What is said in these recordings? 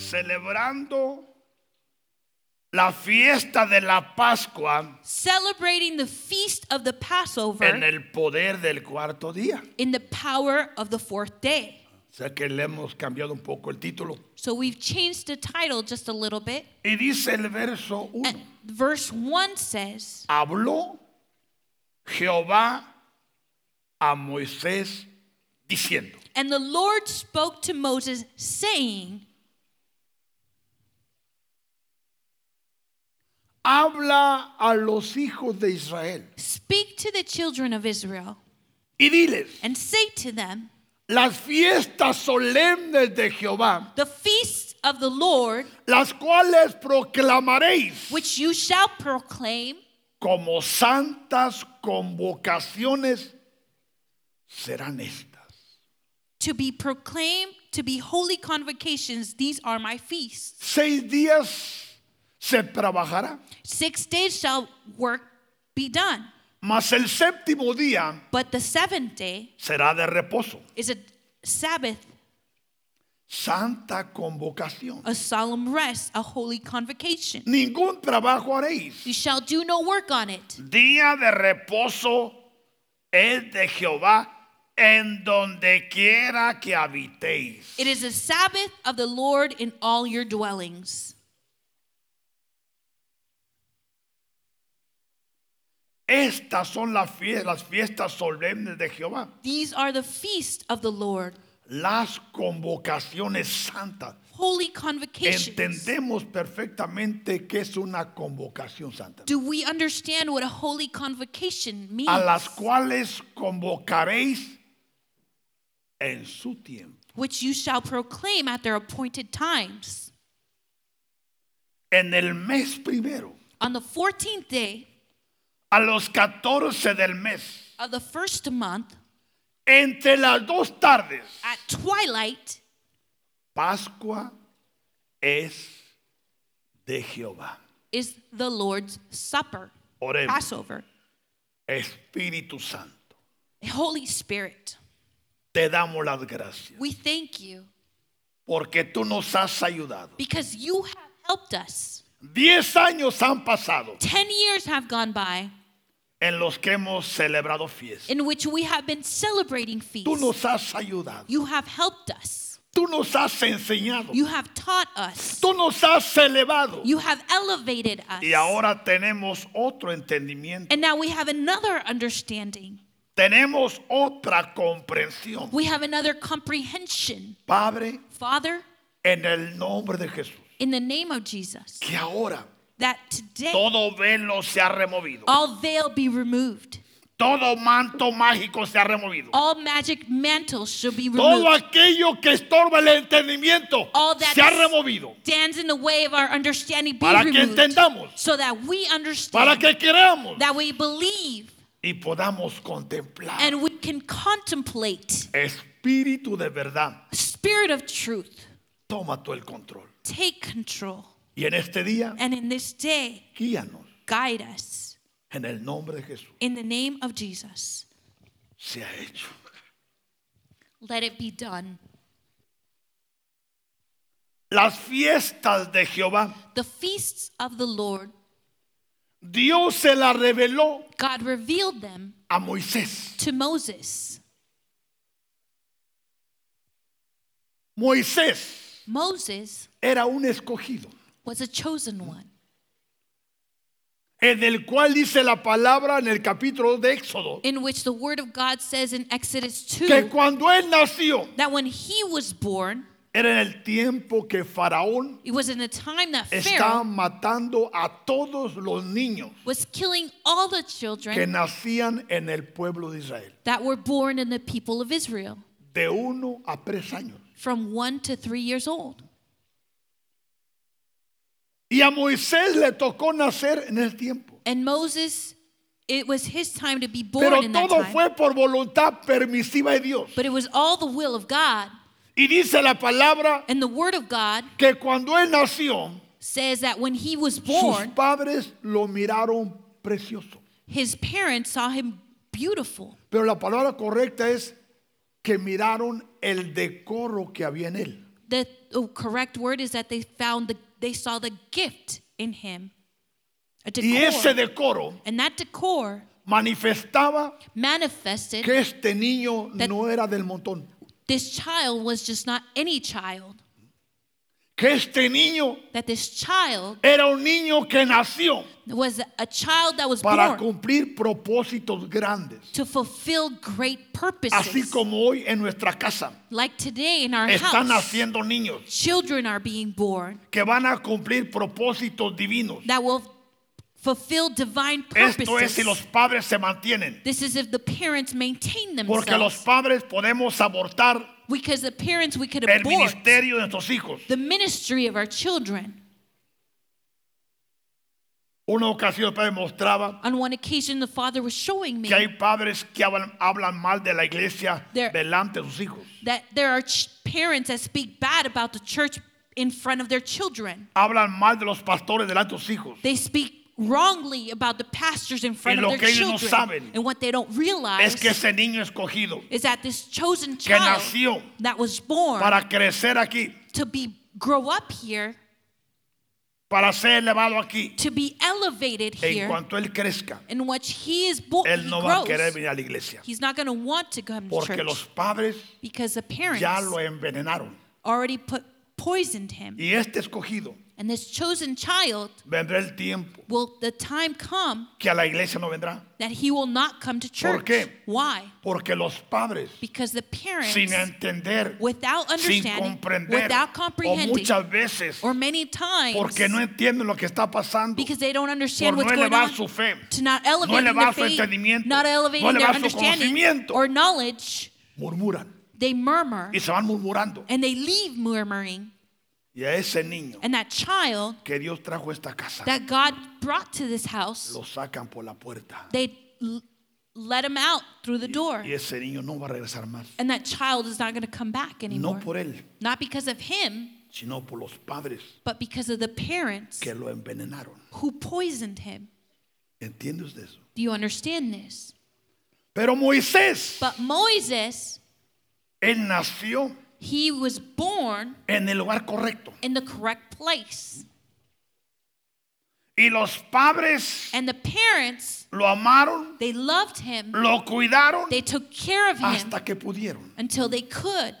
celebrando la fiesta de la Pascua celebrating the feast of the en Passover el poder del cuarto día. in the power of the fourth day. Sé que le hemos cambiado un poco el título. So we've changed the title just a little bit. Y dice el verso 1, And verse 1 says, habló Jehová a Moisés diciendo, And the Lord spoke to Moses, saying, habla a los hijos de Israel Speak to the children of Israel y diles, and say to them, las fiestas solemnes de Jehová, The feasts of the Lord, las cuales proclamaréis which you shall proclaim, como santas convocaciones, serán estas. to be proclaimed, to be holy convocations, these are my feasts. Seis días se trabajará, Six days shall work be done, mas el séptimo día but the seventh day será de reposo. is a Sabbath, Santa convocación. a solemn rest, a holy convocation. Ningún trabajo haréis. You shall do no work on it. Día de reposo es de Jehová en donde quiera que habitéis. It is a Sabbath of the Lord in all your dwellings. Estas son las fiestas, las fiestas solemnes de Jehová. These are the feasts of the Lord, Las convocaciones santas. holy convocations. Entendemos perfectamente que es una convocación santa. Do we understand what a holy convocation means? A las cuales convocaréis en su tiempo. Which you shall proclaim at their appointed times. En el mes primero. On the 14th day a los 14 del mes, of the first month, entre las dos tardes, at twilight, Pascua es de Jehová. is the Lord's Supper, Oremos, Passover. Espíritu Santo, Holy Spirit, te damos las gracias we thank you porque tú nos has ayudado. because you have helped us. Diez años han pasado Ten years have gone by en los que hemos celebrado fiestas. in which we have been celebrating Tú feasts. nos has ayudado, You have helped us. tú nos has enseñado, You have taught us. tú nos has elevado. You have elevated us. Y ahora tenemos otro entendimiento, And now we have another understanding. tenemos otra comprensión. We have another comprehension. Padre, Father, en el nombre de Jesús. in the name of Jesus, Que ahora that today todo velo se ha removido. all veil be removed, Todo manto mágico se ha removido. all magic mantles shall be Todo removed. aquello que estorba el entendimiento All that se ha is- removido. Stands in the way of our understanding be Para que removed. entendamos, So that we para understand que queramos that we believe y podamos contemplar and we can contemplate espíritu de verdad. spirit of truth Toma tú el control. take control Y en este día, and in this day guíanos guide us en el nombre de Jesús. in the name of jesus Se ha hecho. let it be done Las fiestas de Jehová, the feasts of the lord Dios se las reveló god revealed them a Moisés. to moses Moisés moses era un escogido, was a chosen one en el cual dice la palabra en el capítulo de Éxodo, in which the word of god says in exodus que 2 cuando él nació, that when he was born era en el tiempo que Faraón it was in a time that está pharaoh matando a todos los niños was killing all the que children nacían en el pueblo de Israel, that were born in the people of Israel de uno a tres años. from one to three years old. Y a Moisés le tocó nacer en ese tiempo. And Moses, it was his time to be born Pero in that todo time. fue por voluntad permisiva de Dios. but it was all the will of God. Y dice la palabra And the word of God que cuando él nació, says that when he was sus born, padres lo miraron precioso. his parents saw him beautiful. Pero la palabra correcta es que miraron el decoro que había en él. The oh, correct word is that they found the they saw the gift in him. A Y ese decor. decoro And that decor manifestaba manifested que este niño That- no era del montón, this child was just not any child. que este niño That this child era un niño que nació was a child that was para born cumplir propósitos grandes, to fulfill así great purposes. como hoy en nuestra casa Like today in our están house, naciendo niños children are being born que van a cumplir propósitos divinos. that will fulfill divine Esto es si los purposes. padres se mantienen, This is if the parents maintain porque los themselves. padres podemos abortar Because the parents, we could el abort ministerio de nuestros hijos. the ministry of our children. Una ocasión el padre mostraba On one occasion, the father was showing me que hay padres que hablan, hablan mal de la iglesia There- delante de sus hijos. that there are ch- parents that speak bad about the church in front of their children. Hablan mal de los pastores delante de sus hijos. They speak wrongly about the pastors in front lo of que their ellos no children. saben and what they don't realize Es que ese niño escogido is that this chosen que child nació that was born para crecer aquí, to be grow up here, para ser elevado aquí, to be elevated en here, cuanto él crezca, in which he is born, él he no va a grows. querer venir a la iglesia. He's not going to want to come to Porque church los padres because the parents ya lo envenenaron. already put poisoned him. Y este escogido, And this chosen child vendrá el tiempo will the time come que a la iglesia no vendrá. that he will not come to ¿Por church. qué? Why? Porque los padres, Because the parents sin entender, without sin understanding, comprender, without o comprehending, muchas veces or many times, porque no entienden lo que está pasando, because they don't understand por no what's going on, elevar su fe, to not no elevate elevar their su faith, entendimiento, not no elevating their elevar su understanding conocimiento. or knowledge, murmuran they murmur y se van murmurando. and they leave murmuring. Y a ese niño And that child que Dios trajo a esta casa, that God brought to this house, lo sacan por la puerta. they l- let him out through the door. Y ese niño no va a regresar más. And that child is not going to come back anymore. No por él, Not because of him, sino por los padres but because of the parents que lo envenenaron. who poisoned him. ¿Entiende usted eso? Do you understand this? Pero Moisés, But Moses, él nació he was born en el lugar correcto. in the correct place. Y los padres And the parents, lo amaron, they loved him. lo cuidaron They took care of him hasta que pudieron. until they could.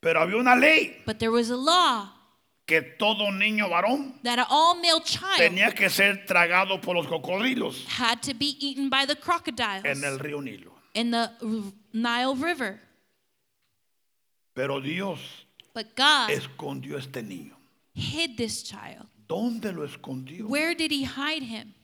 Pero había una ley But there was a law que todo niño varón that an all male child tenía que ser tragado por los cocodrilos had to be eaten by the crocodiles en el río Nilo. in the R- Nile River. Pero Dios But God escondió a este niño. hid this child. ¿Dónde lo escondió? Where did he hide him?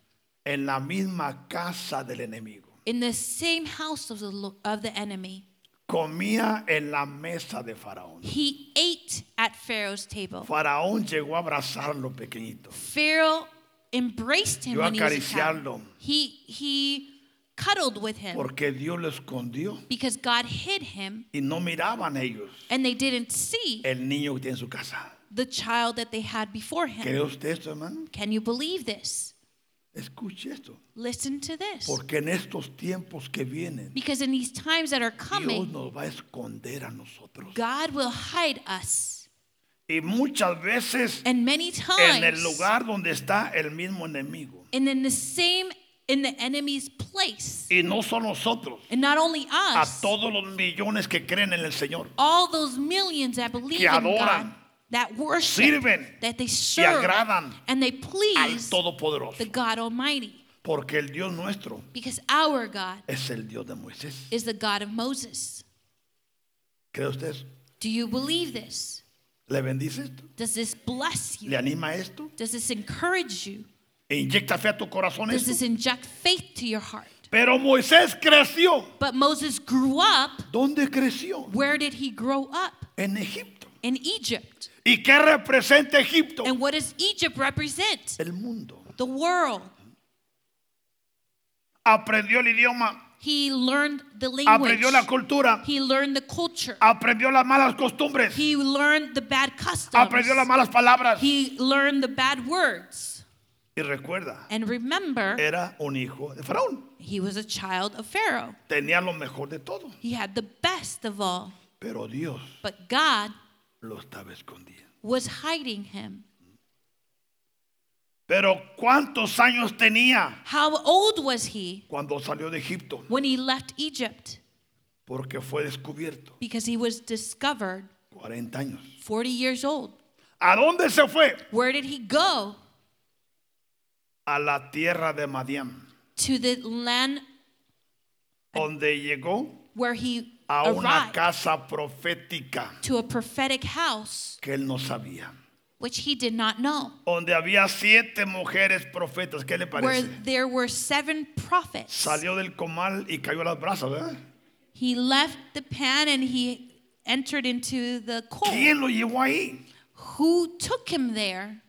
En la misma casa del enemigo. In the same house of the, lo- of the enemy. Comía en la mesa de Faraón. He ate at Pharaoh's table. Faraón llegó a abrazarlo pequeñito. Pharaoh embraced him Yo when he was a child. acariciarlo. He, he cuddled with him Porque Dios lo escondió because God hid him y no miraban ellos and they didn't see el niño que tiene en su casa. the child that they had before him. ¿Cree usted esto, hermano? Can you believe this? Escuche esto. Listen to this. Porque en estos tiempos que vienen, Because in these times that are Dios coming, nos va a esconder a nosotros. God will hide us. Y muchas veces And many en el times, lugar donde está el mismo enemigo. and in the same, in the enemy's place. Y no son nosotros, And not only a us, todos los millones que creen en el Señor all those millions that believe Que in God, adoran, that worship, sirven that they serve, agradan and they al please the Todopoderoso. God Almighty. Porque el Dios nuestro Because our God es el Dios de Moisés. is the God of Moses. ¿Cree usted eso? Do you believe this? ¿Le bendice esto? Does this bless ¿Le you? anima esto? Does this encourage you? E inyecta fe a tu corazón Does esto. this inject faith to your heart? Pero Moisés creció. But Moses grew up. ¿Dónde creció? Where did he grow up? En Egipto. In Egypt. ¿Y qué representa Egipto? And what does Egypt represent? El mundo. The world. Aprendió el idioma, He learned the language. aprendió la cultura, Ah. He learned the culture. aprendió las malas costumbres, He learned the bad customs. aprendió las malas palabras. He learned the bad words. Y recuerda, And remember, era un hijo de Faraón. he was a child of Pharaoh. Tenía lo mejor de todo. He had the best of all. Pero Dios But God lo estaba escondiendo. was hiding him. Pero ¿cuántos años tenía How old was he cuando salió de Egipto? when he left Egypt? Porque fue descubierto. Because he was discovered 40 años. 40 years old. ¿A dónde se fue? Where did he go? A la tierra de Madián, To the land donde llegó where he a una arrived, casa profética to a prophetic house, que él no sabía. which he did not know, Donde había siete mujeres profetas. ¿Qué le where parece? there were seven prophets. Salió del comal y cayó a las brasas, ¿verdad? He left the pan and he entered into the coal. ¿Quién lo llevó ahí? Who took him there?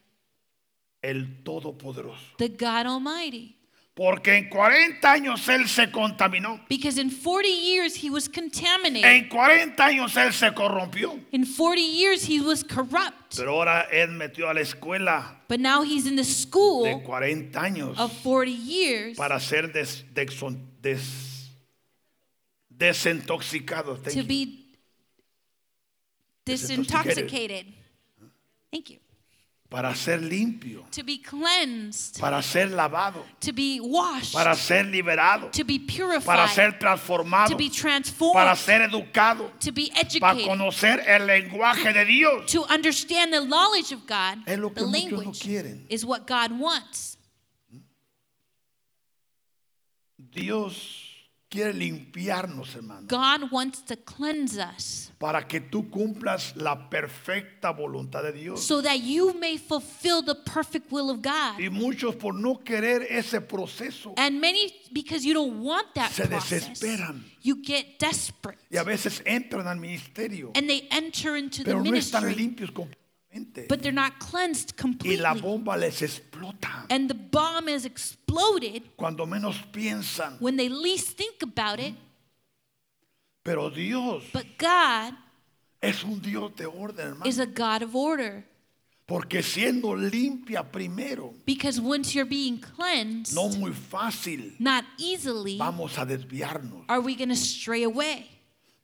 El Todopoderoso. The God Almighty. Porque en 40 años él se contaminó. Because in 40 years he was contaminated. En 40 años él se corrompió. In 40 years he was corrupt. Pero ahora él metió a la escuela But now he's in the de school 40 años Oh. of 40 years para ser des- dexon- des- desintoxicado. Thank to you. be Disintoxicated. disintoxicated. Thank you. Para ser limpio. To be cleansed, Para ser lavado. to be washed, Para ser liberado. to be Para purified, ser transformado. to be Para transformed, ser educado. to be Para educated, conocer el lenguaje de Dios. to understand the knowledge of God. Es lo que The muchos no language quieren. is what God wants. Dios quiere limpiarnos, hermano. God wants to cleanse us Para que tú cumplas la perfecta voluntad de Dios. so that you may fulfill the perfect will of God. Y muchos por no querer ese proceso. And many, because you don't want that Se process, desesperan. you get desperate. Y a veces entran al ministerio, And they enter into the pero no están ministry, limpios completamente. but they're not cleansed Y la completely. bomba les explota. And the bomb is exploded Cuando menos piensan. when they least think about it. Pero Dios But God es un Dios de orden, is hermano. a God of order. Porque siendo limpia primero, Because once you're being cleansed, no muy fácil, not easily vamos a desviarnos. are we going to stray away.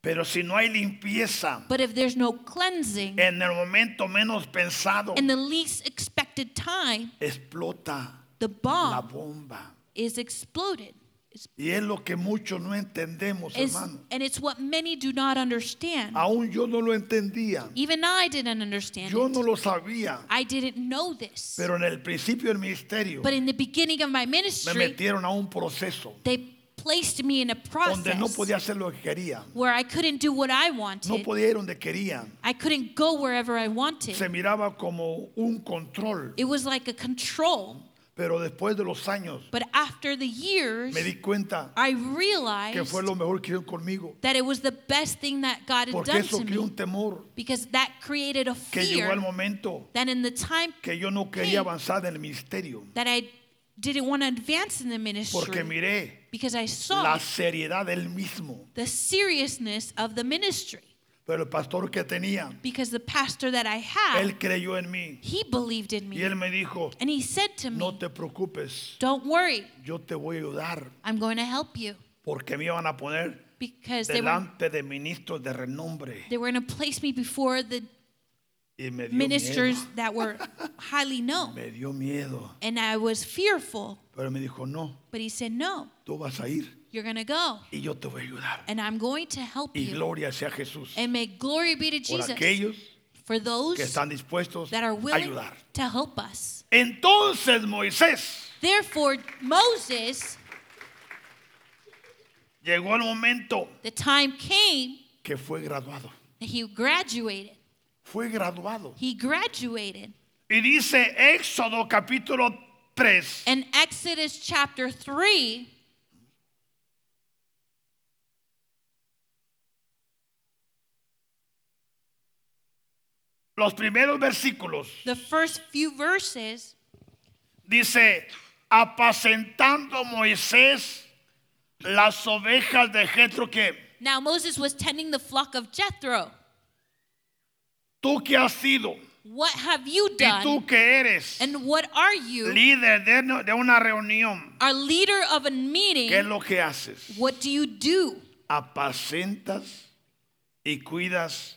Pero si no hay limpieza, But if there's no cleansing, en el momento menos pensado, in the least expected time, explota the la bomb bomba. is exploded. It's Y es lo que muchos no entendemos, is, hermano. and it's what many do not understand. Aún yo no lo entendía. Even I didn't understand Yo it. no lo sabía. I didn't know this. Pero en el principio del ministerio but in the beginning of my me ministry, metieron a un proceso they placed me in a donde process no podía hacer lo que quería. where I couldn't do what I No wanted. podía ir donde quería. I couldn't go wherever I wanted. Se miraba como un control. it was like a control. Pero después de los años But after the years, me di cuenta I que realized fue lo mejor que hicieron conmigo. that it was the best thing that God had Porque done eso to creó me un temor because that created a que llegó fear al momento that in the time que yo no quería avanzar en el ministerio. that I didn't want to advance in the ministry Porque miré because I saw la seriedad del mismo. the seriousness of the ministry Pero el pastor que tenía, because the pastor that I had, él creyó en mí. he believed in Y me. él me dijo, And he said to me, no te preocupes, Don't worry, yo te voy a ayudar. I'm going to help you porque me iban a poner because they were, delante de ministros de renombre they were going to place me before the y me dio ministers miedo, that were highly known. me dio miedo And I was fearful, pero me dijo no but he said, No, tú vas a ir you're going to go y yo te voy a ayudar and I'm going to help y you. gloria sea Jesús And may glory be to por Jesus aquellos for que those están dispuestos that are a willing ayudar to help us. entonces Moisés Therefore, Moses, llegó el momento the time came que fue graduado that he graduated. fue graduado He graduated. y dice Éxodo capítulo 3 In Exodus chapter 3, los primeros versículos the first few verses, Dice, apacentando Moisés las ovejas de Jetro que now Moses was tending the flock of Jethro. tú que has sido What have you y done? tú que eres And what are you? líder de, no- de una reunión, Our leader of a ¿qué es meeting, lo que haces? what do you do? Apacentas y cuidas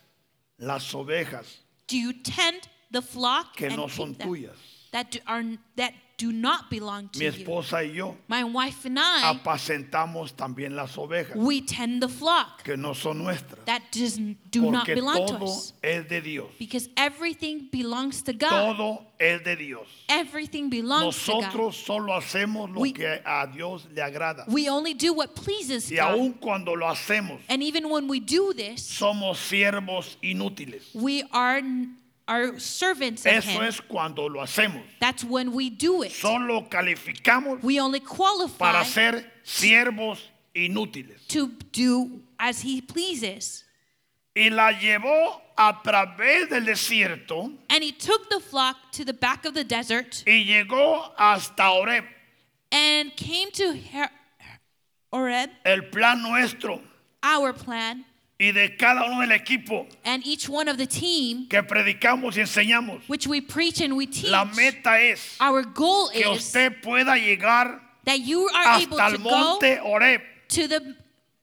las ovejas Do you tend the flock que and no keep son them tuyas. that do, are that do not belong to Mi you? esposa y yo My wife and I, apacentamos también las ovejas we tend the flock que no son nuestras, that does do not porque belong to todo us es de Dios. because everything belongs to God. Todo es de Dios. Everything belongs to God. Nosotros solo hacemos lo We- que a Dios le agrada. We only do what pleases Y God. Eh. aun cuando lo hacemos, And even when we do this, somos siervos inútiles. we are are servants of Eso Him. es cuando lo hacemos. That's when we do it. Solo calificamos We only para qualify ser siervos inútiles. to do as He pleases. Y la llevó a través del desierto And he took the flock to the back of the desert y llegó hasta Oreb, and came to Her- Horeb, el plan nuestro our plan, y de cada uno del equipo and each one of the team, que predicamos y enseñamos. which we preach and we teach. La meta es Our goal que is usted pueda llegar that you are able hasta to el go monte Oreb. to the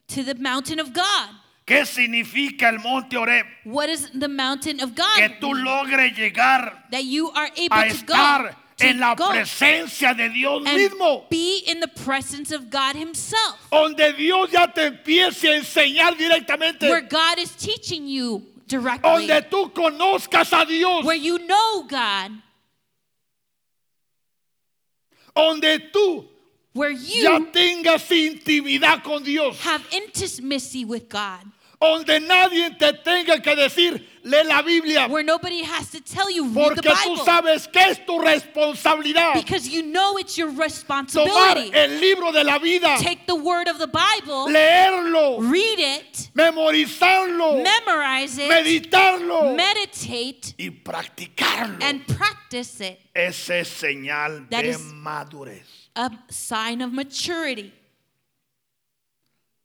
to the mountain of God. ¿Qué significa el monte Oreb? What is the mountain of God? Que tú logres llegar that you are able a to go estar to en la go presencia de Dios and mismo. be in the presence of God Himself, Donde Dios ya te empiece a enseñar where directamente. God is teaching you directly. Donde tú conozcas a Dios. where you know God, Donde tú where you ya tengas intimidad con Dios. have intimacy with God, Donde nadie te tenga que decir, lee la Biblia. where nobody has to tell you read the Porque tú Bible sabes que es tu responsabilidad because you know it's your tomar responsibility. el libro de la vida, Take the word of the Bible, leerlo, read it, memorizarlo, memorize it, meditarlo meditate, y practicarlo. and practice it. Ese es señal That de is- madurez. A sign of maturity.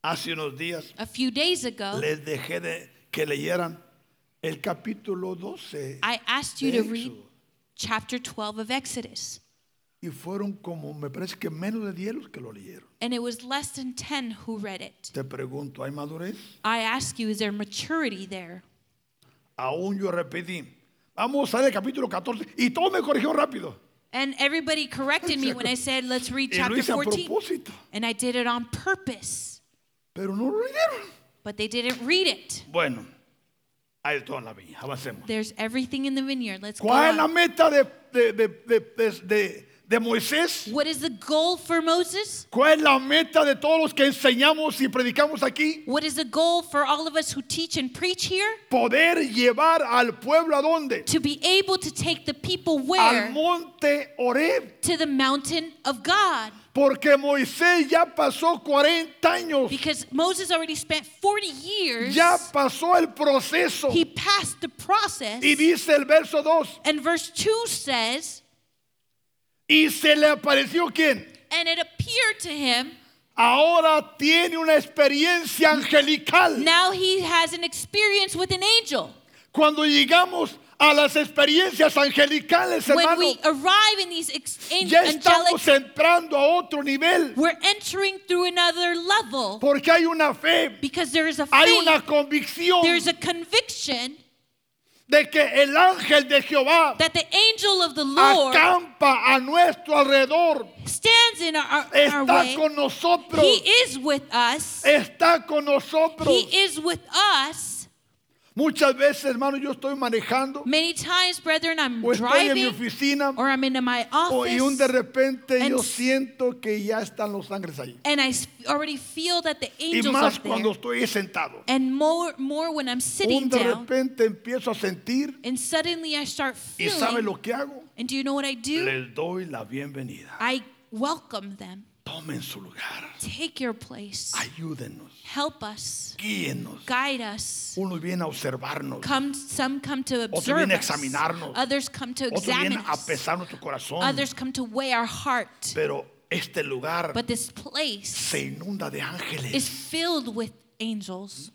Hace unos días A few days ago, les dejé de que leyeran el capítulo 12 I asked you to de read Éxodo. chapter 12 of Exodus, y fueron como, me parece que menos de 10 los que lo leyeron. and it was less than 10 who read it. Te pregunto, ¿hay madurez? I ask you, is there maturity there? Aún yo repetí. Vamos a leer el capítulo 14 y todo me corrigió rápido. And everybody corrected me when I said, let's read Y lo chapter hice a 14. propósito, And I did it on purpose, pero no lo leyeron. but they didn't read it. Bueno, ahí está la viña, avancemos. There's everything in the vineyard. Let's go. ¿Cuál es la on. meta de, de- de- de- de- de- de Moisés? What is the goal for Moses? ¿Cuál es la meta de todos los que enseñamos y predicamos aquí? What is the goal for all of us who teach and preach here? Poder llevar al pueblo a dónde? To be able to take the people Al where? monte Oreb, To the mountain of God. porque Moisés ya pasó 40 años, Because Moses already spent 40 years. ya pasó el proceso. He passed the process. Y dice el verso 2, And verse 2 says, y se le apareció quién? and it appeared to him. Ahora tiene una experiencia angelical. Now he has an experience with an angel. Cuando llegamos a las experiencias angelicales, When hermano, we arrive in these ex- an- ya estamos angelic, entrando a otro nivel. we're entering through another level Porque hay una fe, because there is a hay faith, una convicción there's a conviction de que el ángel de Jehová that the angel of the Lord acampa a nuestro alrededor, stands in our, our está way. con nosotros, He is with us. está con He nosotros. is with us. Muchas veces, hermano, yo estoy manejando Many times, brethren, I'm o estoy en mi Mm, driving oficina or I'm in my o- y un office de repente and yo s- siento que ya están los ángeles ahí. and I s- already feel that the Y angels más are there. cuando estoy sentado. And more, more when I'm sitting Un de down, repente empiezo a sentir and suddenly I start y sabe feeling. lo que hago. And do you know what I do? Les doy la bienvenida. I welcome them. Tomen su lugar. Take your place. Ayúdenos. Help us. Guíenos. Guide us. Unos vienen a observarnos. Come, some come to observe vienen a us. examinarnos. Others come to Otros vienen examine a us. pesar nuestro corazón. Others come to weigh our heart. Pero este lugar But this place se inunda de is ángeles. filled with angels.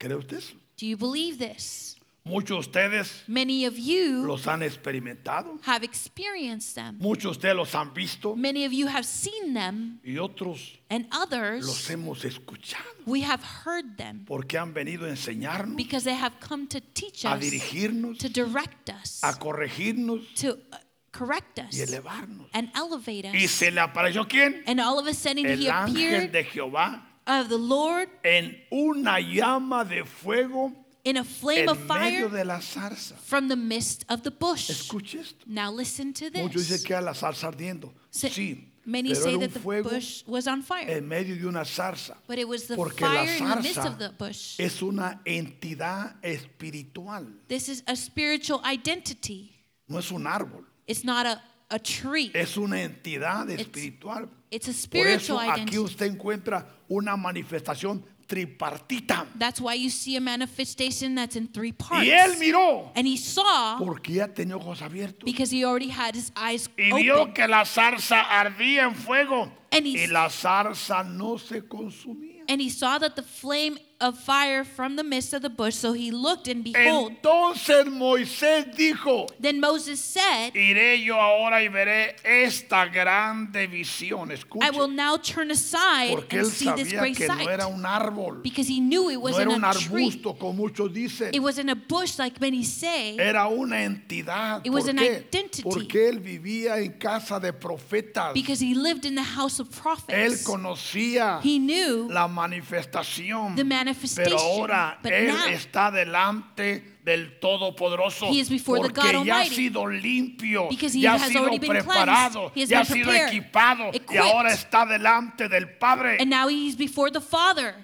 ¿Cree usted eso? Do you believe this? Muchos de ustedes Many of you los han experimentado, have experienced them. muchos de ustedes los han visto Many of you have seen them, y otros and los others, hemos escuchado we have heard them porque han venido a enseñarnos, because they have come to teach a us, dirigirnos, to direct us, a corregirnos to uh, correct y us, elevarnos. and elevate Y us. se le apareció quién? And all of a sudden, El he ángel appeared de Jehová of the Lord en una llama de fuego in a flame of en medio fire de la zarza. from the midst of the bush. Escuche esto. Now, listen to Muchos dicen this. que era la zarza ardiendo. Sa- Sí, Many pero say era un that the fuego bush was on fire, en medio de una zarza. but it was the Porque la fire in the midst zarza of the bush. es una entidad espiritual, This is a spiritual identity. no es un árbol, It's not a, a tree. es una entidad espiritual. It's a Por eso spiritual aquí identity. usted encuentra una manifestación tripartita. That's why you see a manifestation that's in three parts. Y él miró and he saw porque ya tenía ojos abiertos. because he already had his eyes Y vio open. que la zarza ardía en fuego And he- y la zarza no se consumía. And he saw that the flame of fire from the midst of the bush. So he looked and behold. Entonces Moisés dijo, then Moses said, iré yo ahora y veré esta grande visión. Escuche, I will now turn aside porque él and see this sabía great que sight. no era un árbol, because he knew it no wasn't era un a tree. arbusto como muchos dicen, It wasn't a bush like many say. era una entidad. It ¿Por was an qué? identity. Porque él vivía en casa de profetas, because he lived in the house of él prophets. conocía He knew la manifestación. the manifestation. Pero ahora but él now está delante del Todopoderoso He is before the porque God ya ha Almighty. sido limpio, Because he ya ha has sido already been preparado, cleansed. He has ya ha been sido prepared, equipado y equipped. ahora está delante del Padre. and now he's before the Father.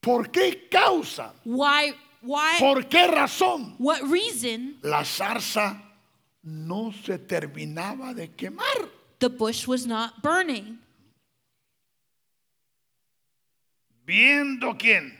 ¿Por qué causa? Why why ¿Por qué razón? what reason La zarza no se terminaba de quemar. the bush was not burning? Viendo quién,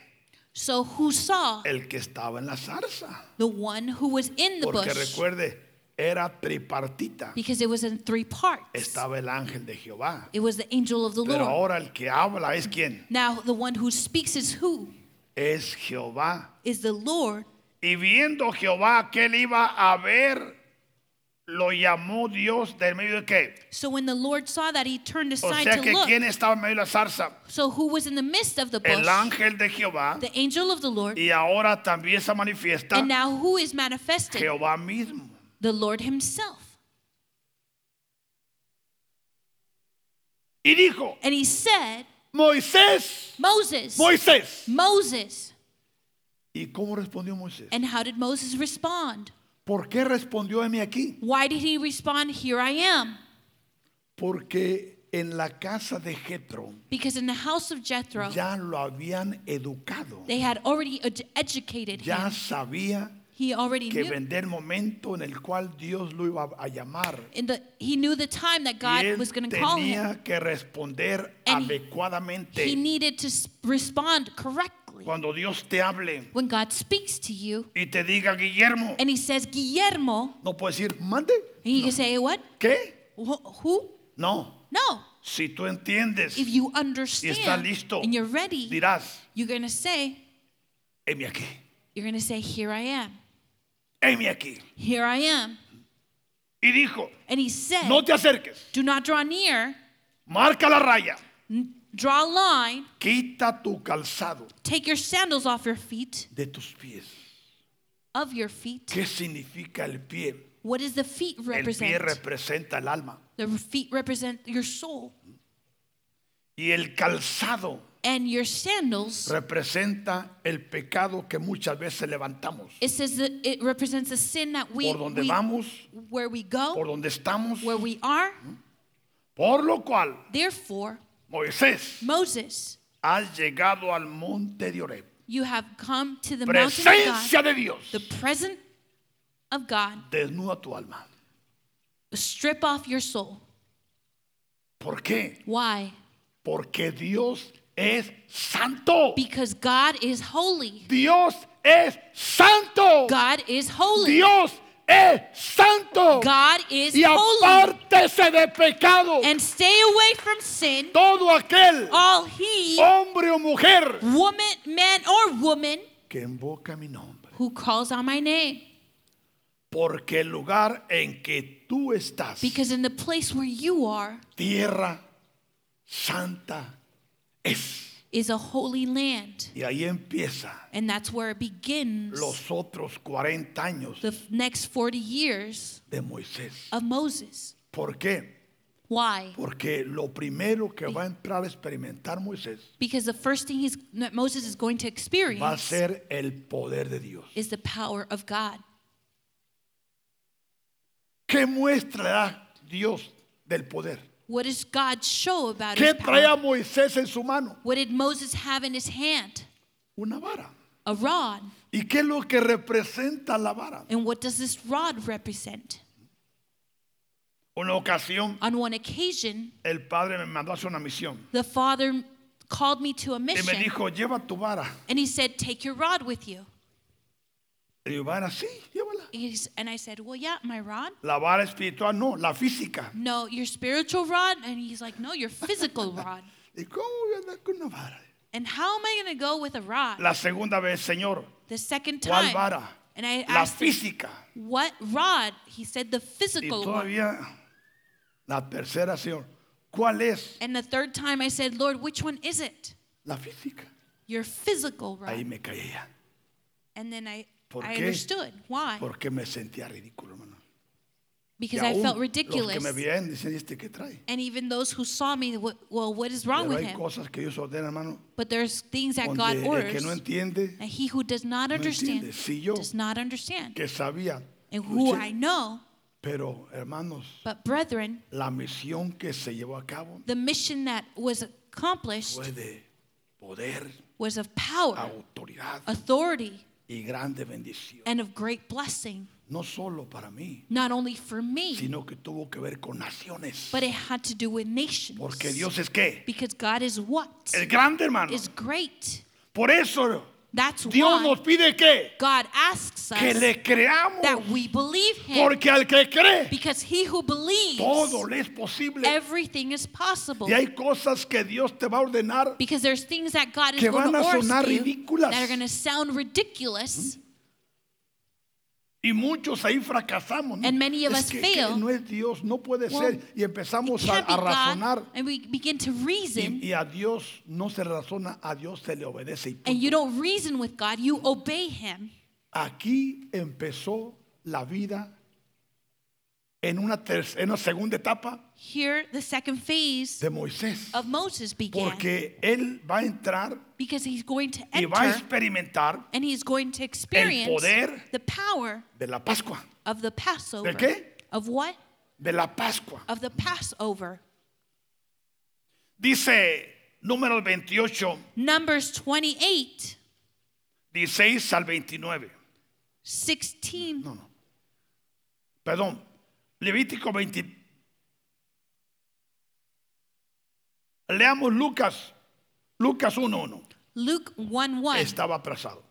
So who saw el que estaba en la zarza, the one who was in the porque bush? recuerde, era tripartita. Because it was in three parts. Estaba el ángel de Jehová, It was the angel of the pero Lord. ahora el que habla es quién? Now the one who speaks is who? es Jehová. Is the Lord. Y viendo Jehová que él iba a ver, lo llamó Dios del medio de qué. So when the Lord saw that, he turned O aside sea to que quién look. estaba en medio de la zarza, So who was in the midst of the el bush? ángel de Jehová, The angel of the Lord. y ahora también se manifiesta And now who is manifested? Jehová mismo. The Lord himself. Y dijo, And he said, Moisés, Moses, Moisés. Moses. ¿Y cómo respondió Moisés? And how did Moses respond? ¿Por qué respondió a mí aquí? Why did he respond, Here I am? Porque en la casa de Jetro Because in the house of Jethro, ya lo habían educado, they had already ed- educated ya him. sabía He already que knew. vendría el momento en el cual Dios lo iba a llamar. In the, he knew the time that y God él was going to call him. tenía que responder And he- adecuadamente. He needed to s- respond correctly. Cuando Dios te hable When God speaks to you y te diga, Guillermo, and he says, Guillermo, no puedes decir, mande, and you can say, What? ¿qué? Wh- Who? No, No. si tú entiendes, If you understand listo, and you're ready, dirás, you're going to say, heme aquí, You're going to say, Here I am. heme aquí. Here I am. Y dijo, And he said, no te acerques, Do not draw near, marca la raya, n- draw a line, quita tu calzado take your sandals off your feet, de tus pies. of your feet. ¿Qué significa el pie? What does the feet El pie represent? representa el alma. The feet represent your soul, Y el calzado and your sandals. representa el pecado que muchas veces levantamos. It says that it represents a sin that we, por donde we- vamos, where we go, por donde estamos. where we are. Por lo cual, Therefore, Moisés, Moses, has llegado al monte de Oreb. you have come to the mountain of God, Presencia de Dios. the present of God. Desnuda tu alma. Strip off your soul. ¿Por qué? Why? Porque Dios es santo. Because God is holy. Dios es santo. God is holy. Dios es santo. God is Y holy. apártese de pecado. And stay away from sin. Todo aquel All he, hombre o mujer woman, man or woman que invoca mi nombre who calls on my name. Porque el lugar en que tú estás, Because in the place where you are tierra santa es. is a holy land. Y ahí empieza And that's where it begins los otros 40 años the f- next 40 years de Moisés. of Moses. ¿Por qué? Why? Porque lo primero que va a entrar a experimentar Moisés Because the first thing he's, that Moses is going to va a experience ser el poder de Dios. is the power of God. ¿Qué muestra Dios del poder? What does God show about ¿Qué his trae a power? Moisés en su mano? What did Moses have in his hand? Una vara. A rod. ¿Y qué es lo que representa la vara? And what does this rod represent? Una ocasión, On one occasion, el padre me mandó a hacer una misión the father called me to a y me mission dijo, lleva tu vara. and he said, Take your rod with you. Y yo, vara, sí, llévala. And he's- And I said, Well, yeah, my rod. La vara espiritual, no, la física. No, your spiritual rod. And he's like, No, your physical rod. ¿Y cómo voy a andar con una vara? And how am I going to go with a rod? La segunda vez, Señor, The second ¿cuál time. vara? And I La asked, him, física. What rod? He said, The Y physical one. todavía, la tercera, Señor, ¿cuál es And the third time I said, Lord, which one is it? la física? Your physical Ahí rod. me caía. And then I, ¿Por I qué? understood why. Porque me sentía ridículo, hermano. Y Because I aún Los felt que ridiculous. me veían dicen, este que trae. And even those who saw me, "Wh- well, what is wrong Pero with hay him? cosas que Dios ordena, hermano. But there's things that Donde God el que orders. no entiende, And he who does not understand entiende. Si yo- does not understand. que sabía. And who luché. I know, Pero, hermanos, but brethren, la misión que se llevó a cabo the mission that was accomplished fue de poder, was of power, autoridad authority, y grande bendición. and of great blessing, No solo para mí, not only for me, sino que tuvo que ver con naciones. but it had to do with nations. Porque Dios es qué? Because God is what? Es grande, hermano. Is great. Por eso That's Dios why nos pide que, God asks que us le creamos. that we believe Him. Porque al que cree, Because he who believes, todo le es posible. everything is possible. Y hay cosas que Dios te va a ordenar Because there's things that God is Que going to van a order sonar you ridículas. that are going to sound ridiculous. y muchos ahí fracasamos. ¿no? And many of Es us que, fail. que no es Dios, no puede Well, ser. Y It empezamos a, can't a be God, razonar. and we begin to Y, reason, y a Dios no se razona, a Dios se le obedece. y and punto. you don't reason with God, you obey Him. Aquí empezó la vida en una, ter- en una segunda etapa Here, the second phase de Moisés. of Moses began Porque él va a entrar because he's going to y va a enter experimentar and he's going to experience poder the power de la Pascua. of the Passover. qué? Of what? De la Pascua. Of the Passover. Dice números 28, Numbers 28. 16 al 29. 16 No, no. Perdón. Levítico 20. Leamos Lucas. Lucas 1.1. Luke 1 1. Estaba atrasado.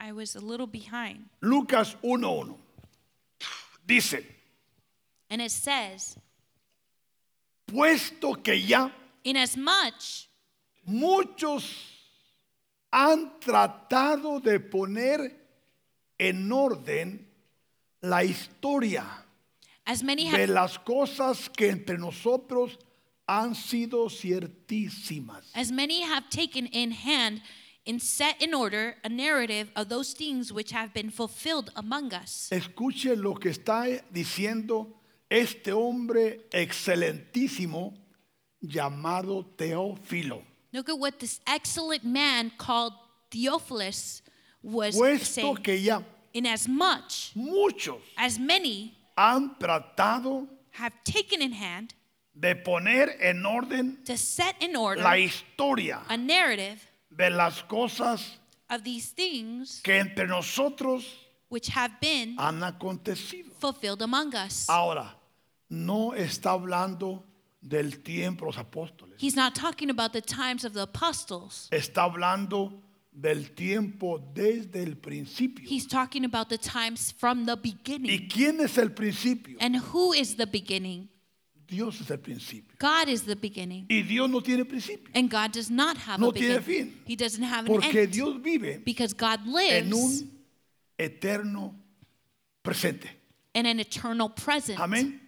I was a little behind. Lucas 1.1. Dice, And it says, puesto que ya Inasmuch muchos han tratado de poner en orden la historia as many de have, las cosas que entre nosotros han sido ciertísimas. as many have taken in hand and set in order a narrative of those things which have been fulfilled among us. Escuche lo que está diciendo este hombre excelentísimo llamado Teófilo. Look at what this excellent man called Theophilus was Puesto saying. que ya Inasmuch muchos as many han tratado have taken in hand de poner en orden to set in order la historia a narrative de las cosas of these things que entre nosotros which have been han acontecido. fulfilled among us. Ahora, no está hablando del tiempo de los apóstoles. He's not talking about the times of the apostles. Está hablando del tiempo desde el principio. He's talking about the times from the ¿Y beginning. quién es el principio? And who is the beginning? Dios es el principio. God is the beginning. Y Dios no tiene principio. And God does not have No a tiene beginning. fin. He doesn't have an Porque end. Dios vive because God en lives un eterno presente. and an eternal present. Amén.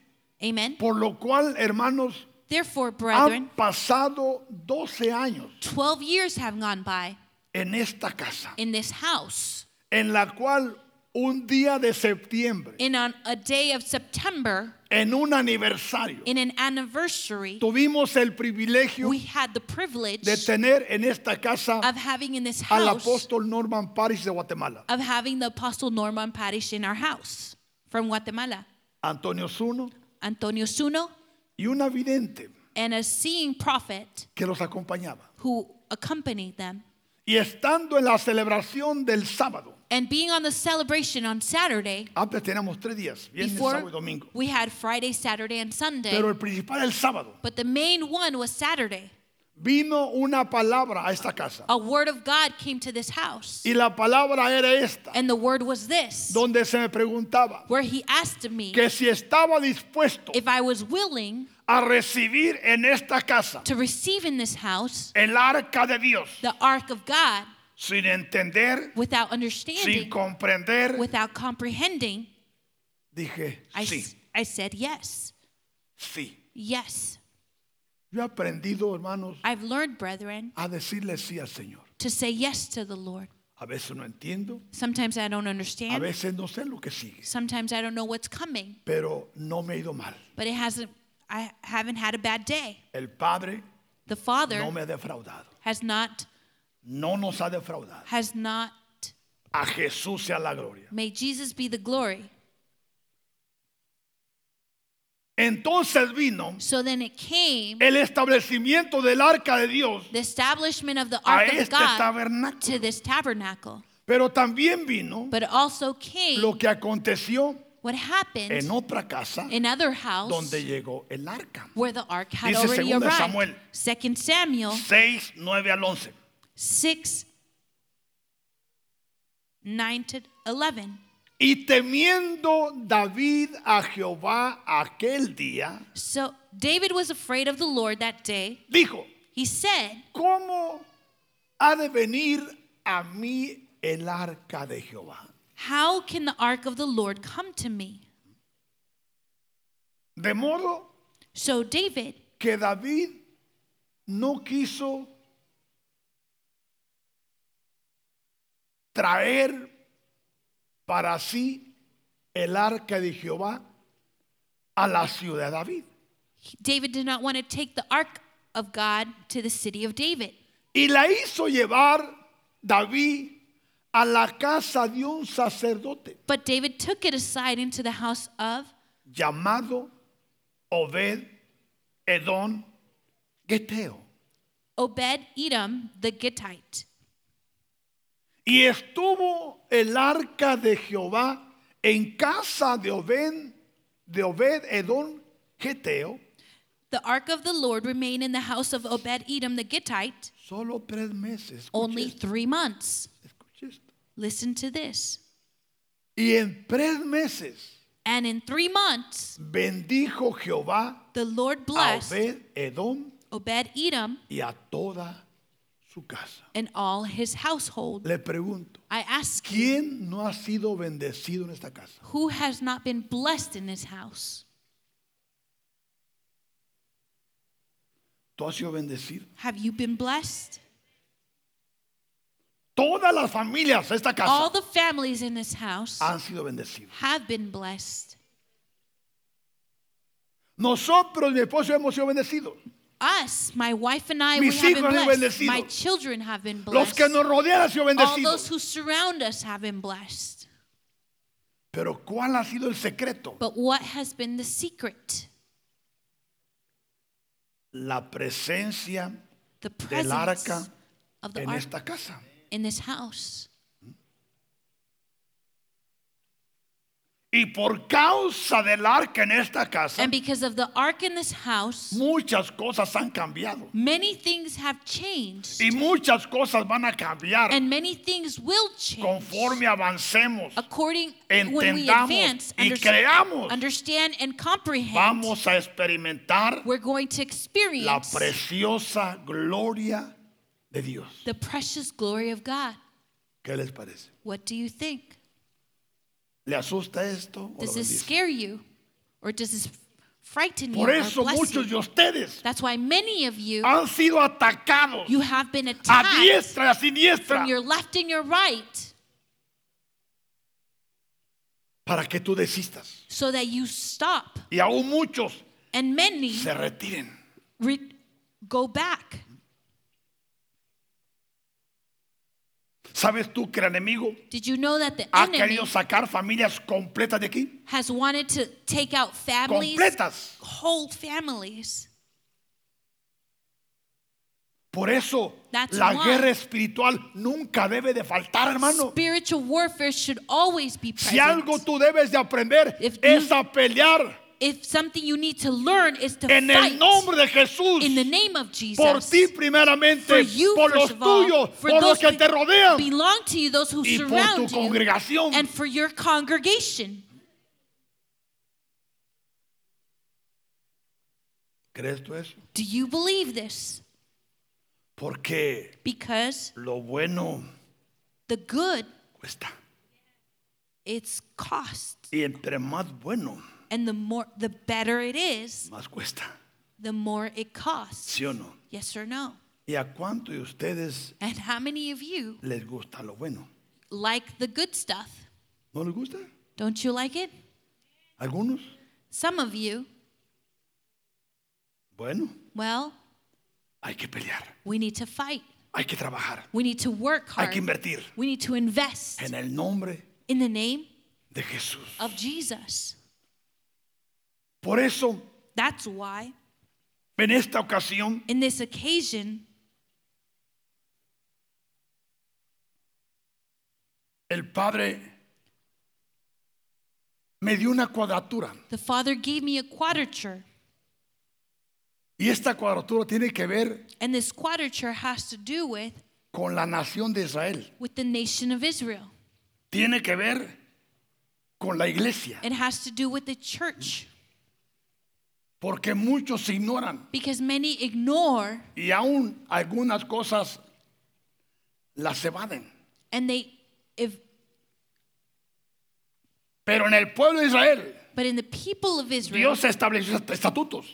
Ah. Amen. Por lo cual, hermanos, Therefore, han brethren, pasado 12 años 12 years have gone by en esta casa, in this house. en la cual un día de septiembre, And on a day of September, en un aniversario, in an anniversary, tuvimos el privilegio we had the privilege de tener en esta casa of having in this al house, apóstol Norman Paris de Guatemala, of having the Apostle Norman Parish in our house from Guatemala, Antonio Zuno Antonio Suno, y una vidente and a seeing prophet que los acompañaba. who accompanied them. Y estando en la celebración del sábado, And being on the celebration on Saturday, antes teníamos tres días, viernes, before sábado y domingo, we had Friday, Saturday, and Sunday. pero el principal el sábado, But the main one was Saturday. vino una palabra a esta casa. A word of God came to this house. Y la palabra era esta, And the word was this donde se me preguntaba where he asked me que si estaba dispuesto if I was willing a recibir en esta casa to receive in this house el arca de Dios the ark of God sin entender, without sin understanding, comprender. without comprehending. Dije, I, s- sí, I said yes. sí. Yes. Yo he aprendido, hermanos, I've learned, brethren, a decirle sí al Señor. to say yes to the Lord. A veces no entiendo, Sometimes I don't a understand. veces no sé lo que sigue, Sometimes I don't know what's coming, pero no me he ido mal. but it hasn't I haven't had a bad day. El Padre The Father no me ha defraudado, has not no nos ha defraudado. has not A Jesús sea la gloria. May Jesus be the glory. Entonces vino So then it came el establecimiento del arca de Dios the establishment of the a ark of este God to tabernáculo. this tabernacle. Pero también vino But it also lo came que aconteció what en happened otra casa in other house donde llegó el arca. where the ark had Dice already 2 Samuel. arrived. 2 Samuel 6, 9 al 11. 6 9 to 11. Y temiendo David a Jehová aquel día, So David was afraid of the Lord that day. dijo, He said, ¿cómo ha de venir a mí el arca de Jehová? How can the ark of the Lord come to me? De modo So David que David no quiso traer para sí el arca de Jehová a la ciudad de David. David did not want to take the ark of God to the city of David. Y la hizo llevar David a la casa de un sacerdote But David took it aside into the house of llamado Obed Edom Geteo. Obed Edom the Gittite. Y estuvo el arca de Jehová en casa de Obed, de Obed Edom Geteo The ark of the Lord remained in the house of Obed Edom the Gittite solo tres meses. Escuche only esto, three months. escuche esto. Listen to this. Y en tres meses And in three months, bendijo Jehová the Lord a blessed Obed Edom Obed Edom y a toda su casa. and all his household. Le pregunto, I ask you, ¿quién no ha sido bendecido en esta casa? who has not been blessed in his house? ¿Tú has sido bendecido? Have you been blessed? Todas las familias de esta All casa the families in this house han sido bendecidas. have been blessed. Nosotros, mi esposo, hemos sido bendecidos. Us, my wife and I, we Mis have been hijos han blessed. bendecido. My children have been Los blessed. que nos rodean han sido All bendecidos. those who surround us have been blessed. Pero ¿cuál ha sido el secreto? But what has been the secret? La presencia The Del presence arca of the en ark esta casa. in this house. Y por causa del arca en esta casa, And because of the ark in this house, muchas cosas han cambiado. many things have changed. Y muchas cosas van a cambiar And many things will change conforme avancemos. according when we Entendamos advance, y unders- creamos. understand and comprehend. Vamos a experimentar we're going to la experience preciosa gloria de Dios. the precious glory of God. ¿Qué les parece? What do you think? ¿Le asusta esto? o lo Does this bendice? scare you? Or does this frighten you Por or eso bless muchos you? de ustedes That's why many of you, han sido atacados you have been a attacked diestra y a siniestra from your left and your right para que tú desistas. so that you stop. Y aún muchos And many se retiren. re- go back. ¿Sabes tú que el enemigo Did you know that the ha enemy querido sacar familias completas de aquí? has wanted to take out families, Completas. whole families? Por eso That's la why. guerra espiritual nunca debe de faltar, hermano. Spiritual warfare should always be present. Si algo tú debes de aprender If you- es a pelear if something you need to learn is to en fight el nombre de Jesús. in the name of Jesus. Por ti for primeramente, you, por first los of all, tuyos, for por los those que who te rodean belong to you, those who y por tu surround you, congregación. and for your congregation. ¿Crees tú eso? Do you believe this? Porque Because lo bueno the good, cuesta. it's cost, Y entre más bueno, and the more, the better it is, más cuesta. the more it costs. ¿Sí o no? Yes or no? ¿Y a cuánto de ustedes And how many of you les gusta lo bueno? like the good stuff? ¿No les gusta? Don't you like it? ¿Algunos? Some of you. Bueno, Well, hay que pelear, we need to fight. hay que trabajar, We need to work hay que hard. invertir We need to invest en el nombre in the name de Jesús. of Jesus. Por eso, That's why, en esta ocasión, in this occasion, el Padre me dio una cuadratura. the Father gave me a quadrature. Y esta cuadratura tiene que ver And this quadrature has to do with, con la nación de Israel. with the nation of Israel. Tiene que ver con la iglesia. It has to do with the church. Porque muchos se ignoran. Because many ignore Y aún algunas cosas las evaden. and they if Pero en el pueblo de Israel, but in the people of Israel, Dios estableció est- estatutos.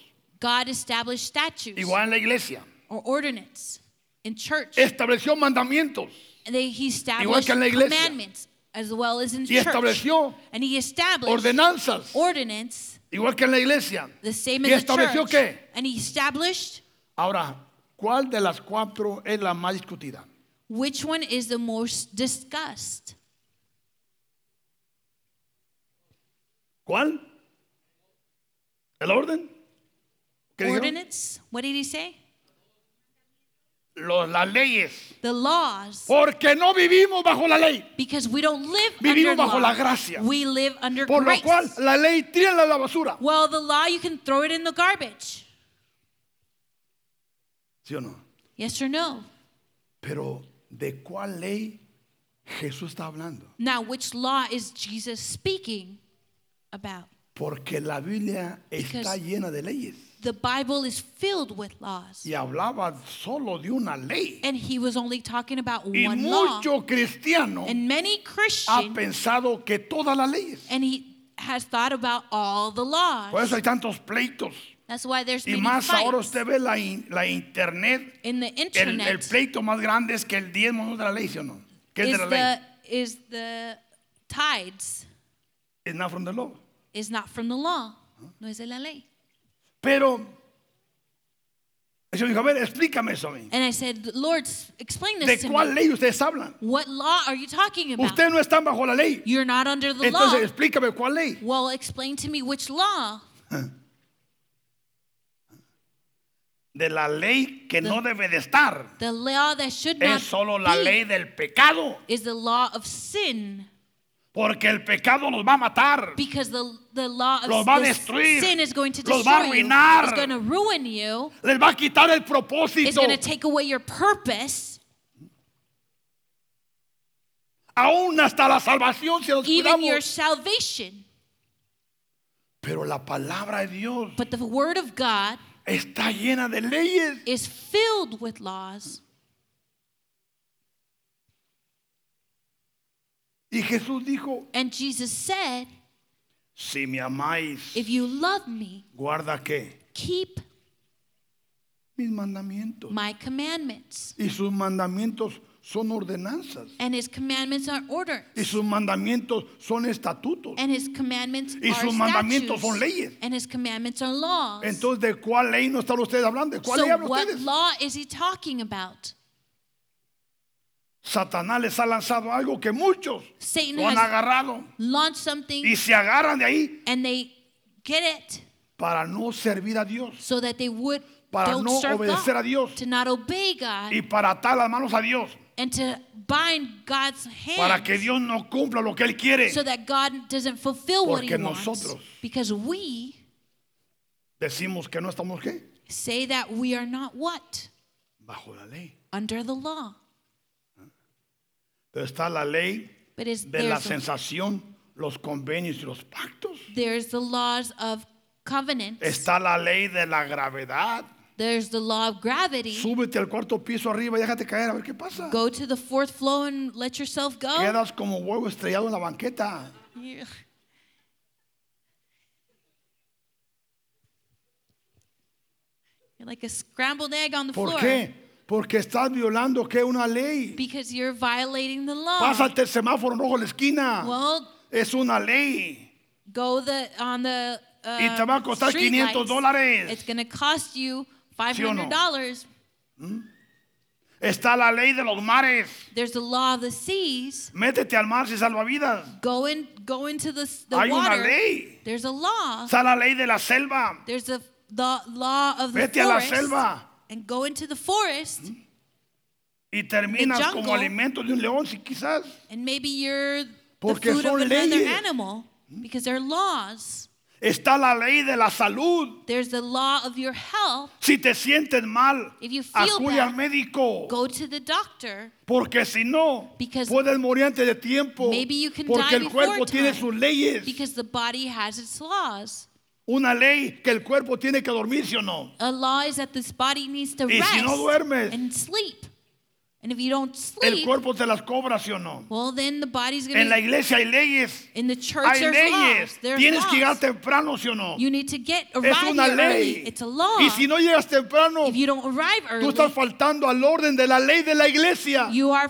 God established statutes Igual en la iglesia. or ordinance in church. Estableció mandamientos. And they, he Igual established que en la iglesia. commandments as well as in Y church. estableció and he established Ordenanzas. ordinance Igual que en la iglesia. the same Y as the estableció church. qué? And he established Ahora, ¿cuál de las cuatro es la más discutida? which one is the most discussed. ¿Cuál? ¿El orden? ¿Qué dijo? Ordinance. What did he say? Los- las leyes. The laws. Porque no vivimos bajo la ley. Because we don't live Vivimos under bajo law. la gracia. We live under Por lo grace. cual la ley tira a la basura. well, the law you can throw it in the garbage. ¿Sí o no? Yes or no? Pero ¿de cuál ley Jesús está hablando? Now, which law is Jesus speaking about? Porque la Biblia está Because- llena de leyes. The Bible is filled with laws. Y hablaba solo de una ley. And he was only talking about Y one law. mucho cristiano And ha many Christians, pensado que todas las leyes. and he has thought about all the Por laws. eso hay tantos pleitos. That's why there's Y many más ahora fights usted ve la, in- la internet, in the el, el internet. pleito más grande es que el diezmo no es de la ley, ¿sí o no? Que es de Is la ley. the, is the tides Es not from the law. is not from the law. No es de la ley. Pero el Señor dijo, a ver, explícame eso a mí. And I said, Lord, s- explain this ¿De to cuál me. ley ustedes hablan? What law are you talking about? Ustedes no están bajo la ley. You're not under the Entonces law. explícame cuál ley. Well, explain to me which law. De la ley que no debe de estar. The law that should not Es solo la be ley del pecado. is the law of sin. Porque el pecado los va a matar. Because the, the law of Los va a the destruir. sin is going to destroy Los va a you. arruinar. It's going to ruin you. Les va a quitar el It's propósito. going to take away your purpose. Aún hasta la salvación si nos Even your cuidamos. salvation. Pero la palabra de Dios But the word of God está llena de leyes. is filled with laws. Y Jesús dijo, And Jesus said, si me amáis, If you love me, guarda qué? keep Mis mandamientos. my commandments. Y sus mandamientos son ordenanzas. And his commandments are order. Y sus mandamientos son estatutos. And his commandments Y are sus mandamientos statutes. son leyes. And his commandments are laws. Entonces, ¿de cuál ley no están ustedes hablando? ¿De cuál ley so hablan what ustedes? law is he talking about? Satanás les ha lanzado algo que muchos Satan lo han has agarrado launched something y se agarran de ahí and they get it para no servir a Dios so that they would Para don't no serve obedecer God, a Dios. to not obey God y para atar las manos a Dios, and to bind God's hand para que Dios no cumpla lo que Él quiere. so that God doesn't fulfill what he Porque wants nosotros- because we Decimos que no estamos qué? say that we are not what Bajo la ley. under the law Entonces está la ley but is de la there's, the- sensación, los convenios y los pactos. there's the laws of covenant Está la ley de la gravedad. there's the law of gravity Súbete al cuarto piso arriba y déjate caer a ver qué pasa. go to the fourth floor and let yourself go Quedas como huevo estrellado en la banqueta. Yeah. You're like a scrambled egg on the ¿Por floor. qué? Porque estás violando que una ley. Because you're violating the law. Pásate el semáforo en rojo en la esquina. Well, Es una ley. go the on the uh, Y te va a costar street 500 lights. dólares. It's going to cost you $500. o no? Está la ley de los mares. There's the law of the seas. Métete al mar si salvavidas. Go in go into the s- the Hay water. una ley. There's a law. Está la ley de la selva. There's the the law of the Vete a la forest. selva And go into the forest. y terminas jungle. como alimento de un león, si quizás. And maybe you're the Porque food of son another leyes. animal because there are laws. Está la ley de la salud. There's the law of your health. Si te sientes mal, If you feel acude bad, al médico. Go to the doctor. Porque si no, Because puedes morir antes de tiempo. maybe you can Porque die el cuerpo before tiene time. sus leyes. Because the body has its laws. Una ley que el cuerpo tiene que dormir, ¿sí o no? A law is that this body needs to Y si rest no duermes, and sleep. And if you don't El sleep, cuerpo te las cobra, ¿sí o no? well, then the body's En going la to. iglesia hay leyes. In the church, Hay there's leyes. laws. There's Tienes que llegar laws. temprano, ¿sí o no? You need to get Es arrive una here ley. early. It's a law. Y si no llegas temprano, if you don't arrive tú early, estás faltando al orden de la ley de la iglesia. you are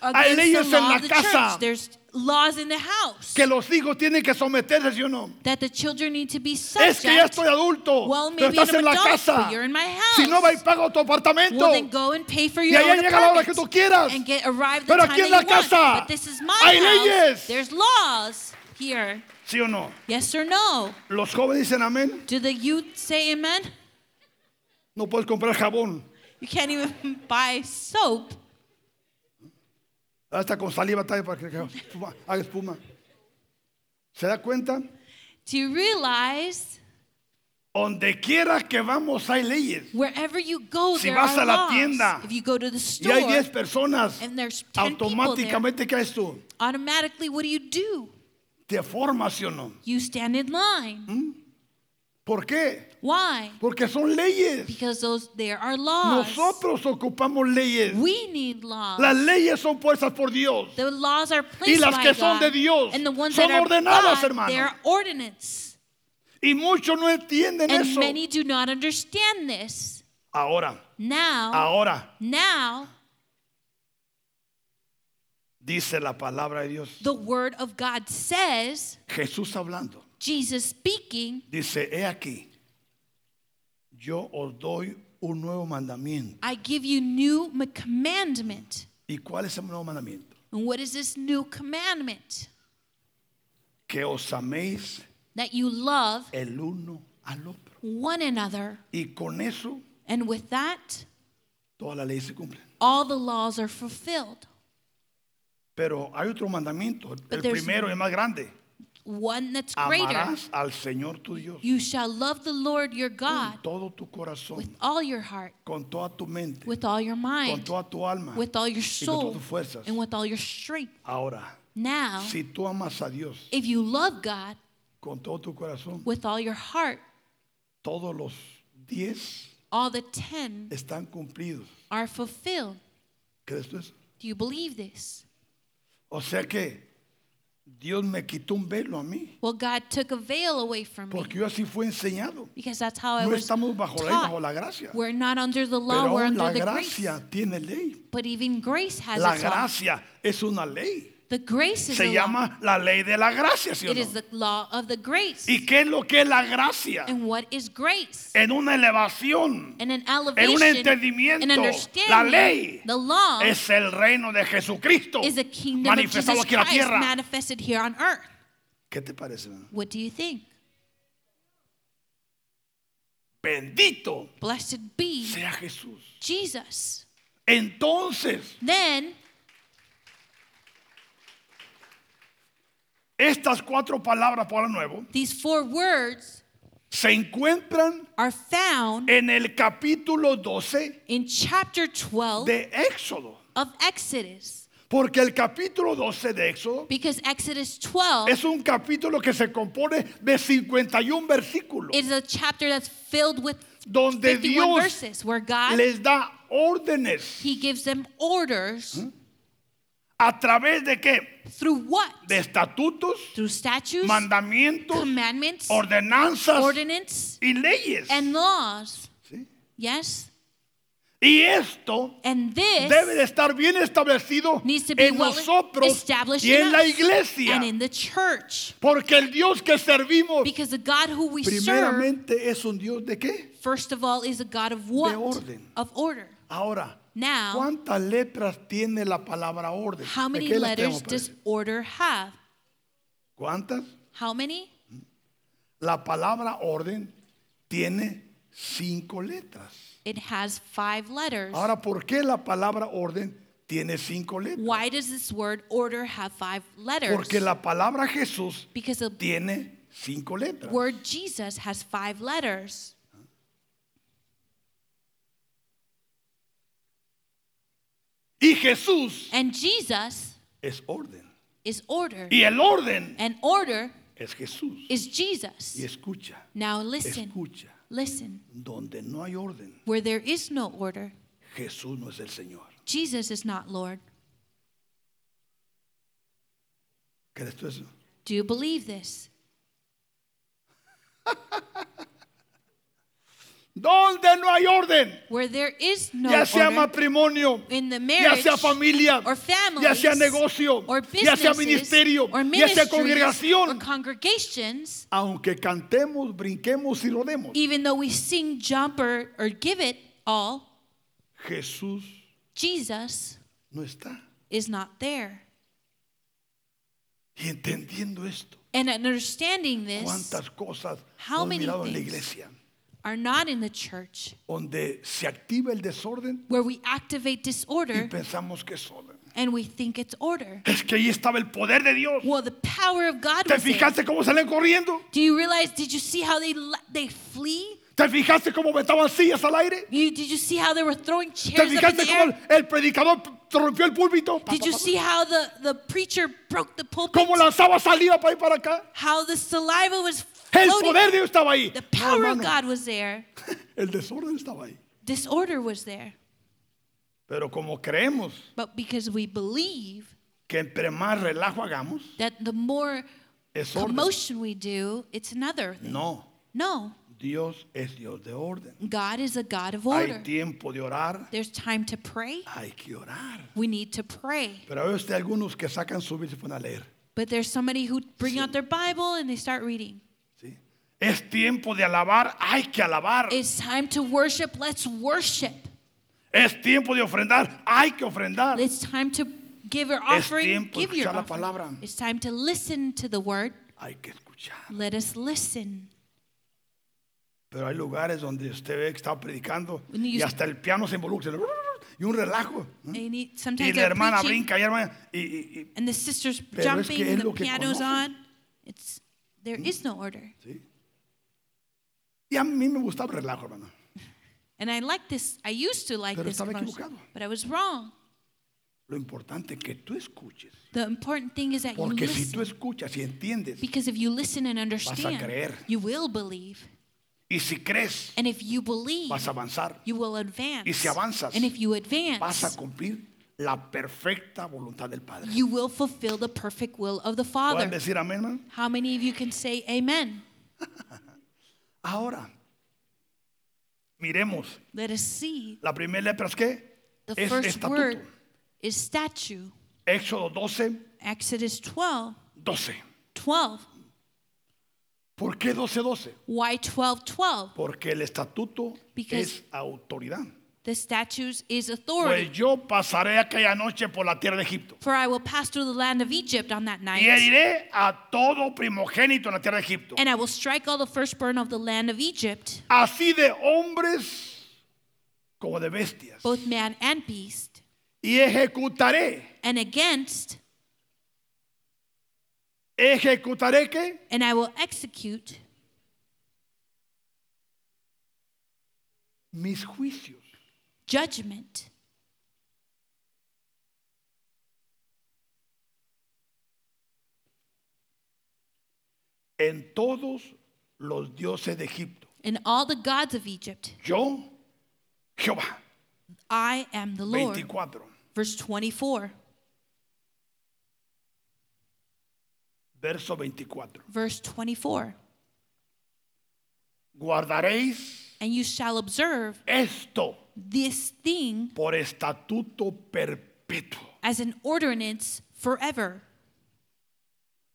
Hay against leyes the en law la of the casa. church. There's laws in the house. Que los hijos tienen que someterse, ¿sí o no? that the children need to be subject. Es que ya estoy adulto. well, Pero maybe estás I'm en la adult, casa. but you're in my house. Si no, va y paga tu apartamento. well, then go and pay for Y your allá own llega la hora que apartment tú quieras. and get arrive the Pero time aquí en that la you casa want. But this is my hay leyes. house. There's laws here. ¿Sí o no? Yes or no? Los jóvenes dicen amén. Do the youth say amen? No puedes comprar jabón. You can't even buy soap. Hasta con saliva trae para que espuma- haga espuma. ¿Se da cuenta? Do you realize Donde quiera que vamos hay leyes. wherever you go Si there vas are a la laws? tienda if you go to the Y store hay 10 personas. and there's 10 people there, Automáticamente, ¿qué haces tú? automatically what do you do? Te formas, ¿sí o no? You stand in line. ¿Mm? ¿Por qué? Why? Porque son leyes. Because those there are laws. Nosotros ocupamos leyes. we need laws. Las leyes son puestas por Dios. the laws are placed las by que son God, de Dios and the ones son that are ordenadas, by, hermano. They are ordinance. Y muchos no entienden And eso. many do not understand this. Ahora, Now, ahora, now dice la palabra de Dios. the word of God says, Jesús hablando. Jesus speaking, Dice, he aquí, yo os doy un nuevo mandamiento. I give you new m- commandment. ¿Y cuál es el nuevo mandamiento? And what is this new commandment? Que os améis That you love el uno al otro. one another. Y con eso And with that, toda la ley se cumple. all the laws are fulfilled. Pero hay otro mandamiento, el there's- primero y el más grande. One that's greater. Amarás al Señor tu Dios You shall love the Lord your God con todo tu with corazón, all your heart, con toda tu mente, with all your con mind, toda tu alma. with all your con todas soul, tus fuerzas. and with Ah. all your strength. Ahora, Now, si tú amas a Dios if you love God con todo tu corazón, with all your heart, todos los diez all the ten están cumplidos. are fulfilled. ¿Crees tú eso? Do you believe this? O sea que Dios me quitó un velo a mí, Well, God took a veil away from me porque yo así fui enseñado. because that's how I No was estamos bajo la ley, taught. bajo la gracia. We're not under the Pero law, we're aún under la the grace. gracia tiene ley. But even grace has La its law. gracia es una ley. The grace is a Se law. llama la ley de la gracia, ¿sí o It no? is the law of the grace. ¿Y qué es lo que es la gracia? And what is grace? En una elevación. And an En un elevation, an entendimiento. La understanding, ley the law es el reino de Jesucristo is the kingdom of Jesus manifestado aquí en la Christ tierra. manifested here on earth. ¿Qué te parece? hermano? What do you think? Bendito Blessed be sea Jesús. Jesus. Entonces, Then estas cuatro palabras para nuevo these four words se encuentran are found en el capítulo 12 in chapter 12 de Éxodo. of Exodus Porque el capítulo 12 de Éxodo because Exodus 12 es un capítulo que se compone de 51 versículos, is a chapter that's filled with donde 51 Dios verses ¿ah? where God les da órdenes. he gives them orders ¿Mm? ¿A través de qué? through what? De estatutos, Through statutes, mandamientos, commandments, ordenanzas ordinance, y leyes. and laws. ¿Sí? Yes? Y esto And this debe de estar bien establecido needs to be en well nosotros established y en in la us iglesia. and in the church. Porque el Dios que servimos Because the God who we serve, primeramente es un Dios de qué? first of all, is a God of what? orden. Of order. Ahora, Now, ¿cuántas letras tiene la palabra orden? ¿De how many qué las tenemos, letters does pues? order have? ¿Cuántas? How many? La palabra orden tiene cinco letras. It has five letters. Ahora, ¿por qué la palabra orden tiene cinco letras? Why does this word order have five letters? Porque la palabra Jesús because the tiene cinco letras. word Jesus has five letters. Y Jesús And Jesus es orden. is order. Y el orden And order es Jesús. is Jesus. Y escucha, Now listen. escucha. Listen. Donde no hay orden, Where there is no order, Jesús no es el Señor. Jesus is not Lord. ¿Crees tú eso? Do you believe this? Donde no hay orden, Where there is no ya sea order matrimonio, in the ya marriage sea familia, or families, ya sea negocio, or ya sea businesses, ministerio, or ya sea ministries, or congregación, congregations, aunque cantemos, brinquemos y rodemos, even though we sing, jump, or, or give it all, Jesús Jesus no está. is not there. Y entendiendo esto, And understanding this cuántas cosas How hemos many mirado en la things? iglesia, are not in the church, donde se activa el desorden where we activate y disorder pensamos que es orden. and we think it's order. Es que ahí estaba el poder de Dios. Well, the power of God ¿Te was there. fijaste cómo salen corriendo? Do you realize? Did you see how they le- they flee? ¿Te fijaste cómo metaban sillas al aire? You, did you see how they were throwing chairs ¿Te up in fijaste the cómo air? el predicador rompió el púlpito? Pa, Did pa, you pa, see how the, the preacher broke the pulpit? ¿Cómo lanzaba saliva para ir para acá? How the saliva was El floating? poder de Dios estaba ahí. The No, power of hermano, God was there. El desorden estaba ahí. Disorder was there. Pero como creemos But because we believe que entre más relajo hagamos, that the more es orden. commotion we do, it's another thing. No, No, Dios es Dios de orden. God is a God of Hay order. tiempo de orar, There's time to pray. hay que orar. We need to pray. Pero hay usted algunos que sacan su Biblia y se ponen a leer. But there's somebody who bring out their Bible and they start reading. ¿sí? Es tiempo de alabar, hay que alabar. It's time to worship. Let's worship. Es tiempo de ofrendar, hay que ofrendar. It's time to give your Es offering. tiempo de Give your escuchar la offering. palabra. It's time to listen to the word. Hay que escuchar. Let us listen. Pero hay lugares donde usted ve que está predicando When you- y hasta el piano se involucra y un relajo. They need- Y la sometimes they're hermana preaching brinca y, hermana, y, y- y- and the sisters es jumping que es and the lo que piano's conocen. on. It's there is no order. ¿sí? Y a mí me gusta el relajo, hermano. And I like this. I used to like Pero this, estaba commercial, equivocado. but I was wrong. Lo importante es que tú escuches. The important thing is that you Porque si listen. tú escuchas y entiendes, Because if you listen and creer. understand, you will believe. y si crees, And if you believe, vas a avanzar, you will advance. Y si avanzas, and if you vas a advance, cumplir la perfecta voluntad del Padre. you will fulfill the perfect will of the ¿Pueden Father. decir amén, hermano? How many of you can say amen? Ahora, miremos. Let us see. La primera letra es qué? The Es first word estatuto. is statue. Éxodo 12, Exodus 12, 12. 12. ¿Por qué 12, 12? Why 12, 12? Porque el estatuto Because- es autoridad. The statutes is authority. Pues yo pasaré aquella noche por la tierra de Egipto. For I will pass through the land of Egypt on that Y night, heriré a todo primogénito en la tierra de Egipto. and I will strike all the firstborn of the land of Egypt, Así de hombres como de bestias. both man and beast, Y ejecutaré. and against, ¿Ejecutaré qué? and I will execute Mis juicios. judgment. en todos los dioses de Egipto. And all the gods of Egypt, Yo, Jehová, I am the Lord. 24. Verse 24. Verso 24. Verse 24. Guardaréis And you shall observe esto this thing por estatuto perpetuo. as an ordinance forever.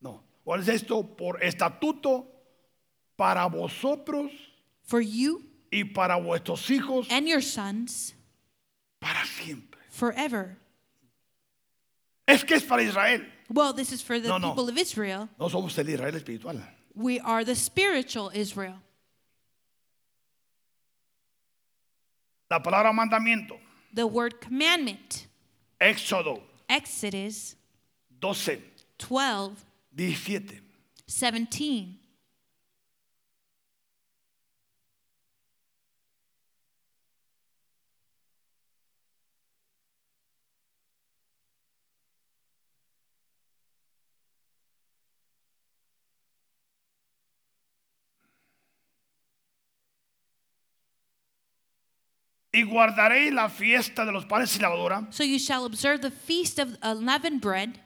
No, ¿cuál es esto? Por estatuto para vosotros for you y para vuestros hijos and your sons para siempre. forever. Es que es para Israel. Well, this is for the No, no. people of Israel. No somos el Israel espiritual. We are the spiritual Israel. La palabra mandamiento, The word commandment, Éxodo Exodus 12, 12, 17. 17. Y guardaréis la fiesta de los panes sin levadura So you shall observe the feast of unleavened bread,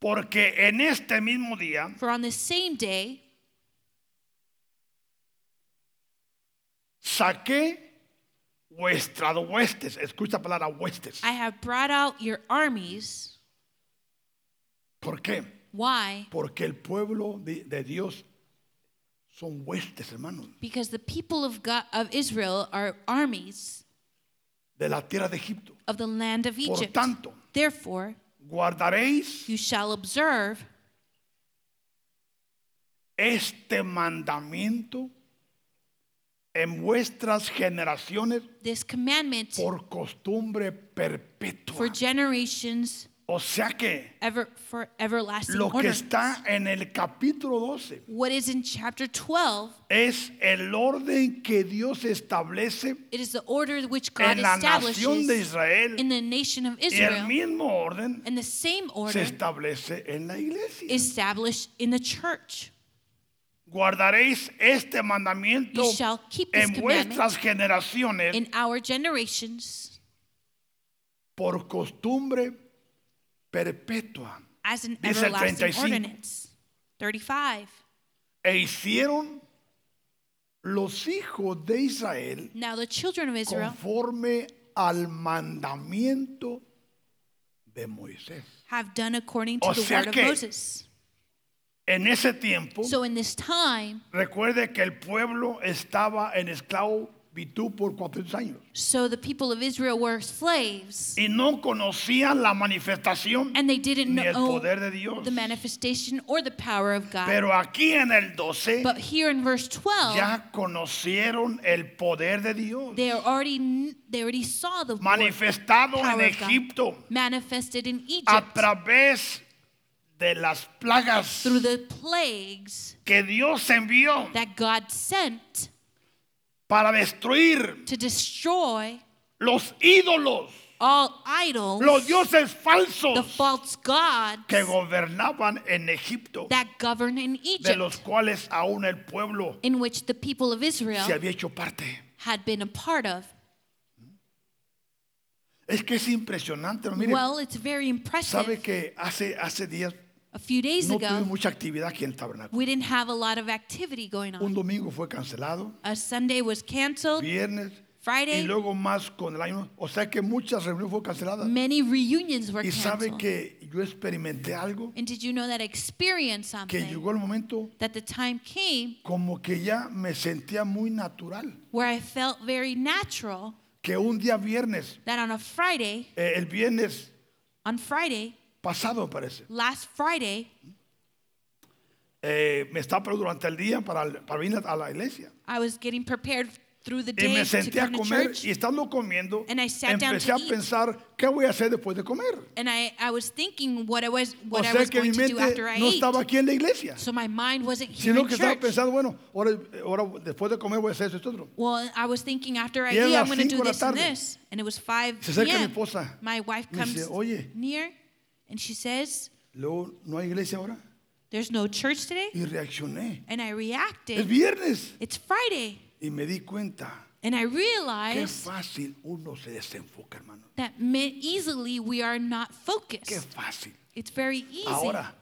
Porque en este mismo día for on the same day saqué vuestras huestes, escucha la palabra huestes. I have brought out your armies. ¿Por qué? Why? Porque el pueblo de, de Dios son huestes, hermanos, Because the people of, God, of Israel are armies de la tierra de Egipto. of the land of Por Egypt. tanto, Therefore, guardaréis you shall observe este mandamiento en vuestras generaciones this commandment por costumbre for perpetua. generations O sea que ever for everlasting lo que order. está en el capítulo 12 What is in chapter 12, es el orden que Dios establece it is the order which God en la nación de establishes Israel in the nation of y el Israel, mismo orden and the same se order establece en la iglesia. established in the church. Guardaréis este mandamiento You shall keep this en vuestras commandment generaciones in our generations por costumbre perpetua. as an Dice el everlasting 35. ordinance. 35. E hicieron los hijos de Israel Now the children of Israel conforme al mandamiento de Moisés. have done according O to the sea word of que- Moses. En ese tiempo, So in this time, recuerde que el pueblo estaba en esclavitud por 400 años. so the people of Israel were slaves. y no conocían la manifestación and they didn't ni el know poder de Dios. the manifestation or the power of God. Pero aquí en el 12 but here in verse 12, ya conocieron el poder de Dios they are already kn- they already saw the work manifestado en power of God Egipto manifested in Egypt a través de las plagas through the plagues que Dios envió that God sent para destruir to destroy los ídolos, all idols, los dioses the falsos false gods que gobernaban en Egipto, that govern in de Egypt, los cuales aún el pueblo in which the people of Israel se había hecho parte. had been a part of. Es que es impresionante. Ah, Mire, Well, it's very sabe impressive. que hace, hace días A few days no tuve ago, mucha actividad aquí en el tabernáculo. we didn't have a lot of activity going Un on. domingo fue cancelado, A Sunday was canceled, viernes, y Friday, luego más con el año. O sea que muchas reuniones fueron canceladas. many reunions were Y sabe canceled. que yo experimenté algo And did you know that I experienced que something? llegó el momento That the time came como que ya me sentía muy natural. where I felt very natural Que un día viernes, that on a Friday, eh, el viernes on Friday, pasado me parece, last Friday, eh, me estaba preparando durante el día para, para venir a la iglesia. I was getting prepared through the Y day me to senté a come to comer church. y estando comiendo And I sat down empecé to a eat. pensar qué voy a hacer después de comer. And I, I was thinking what I was O what I sea was que mi going to do mente after I no ate. estaba aquí en la iglesia, So my mind wasn't here sino in que estaba church. pensando, bueno, ahora, ahora después de comer voy a hacer esto y esto otro. Well, I was thinking after I Y eran eat, las I'm going to do cinco de la this and tarde. this. And it was 5 Se acerca mi p.m. esposa. My wife Me dice, comes "Oye." near and she says, Luego no hay iglesia ahora There's no church today. y reaccioné. And I Es reacted, viernes It's Friday. y me di cuenta And I qué realized fácil uno se desenfoca, hermano. that me- easily we are not Qué focused. fácil. It's very easy Ahora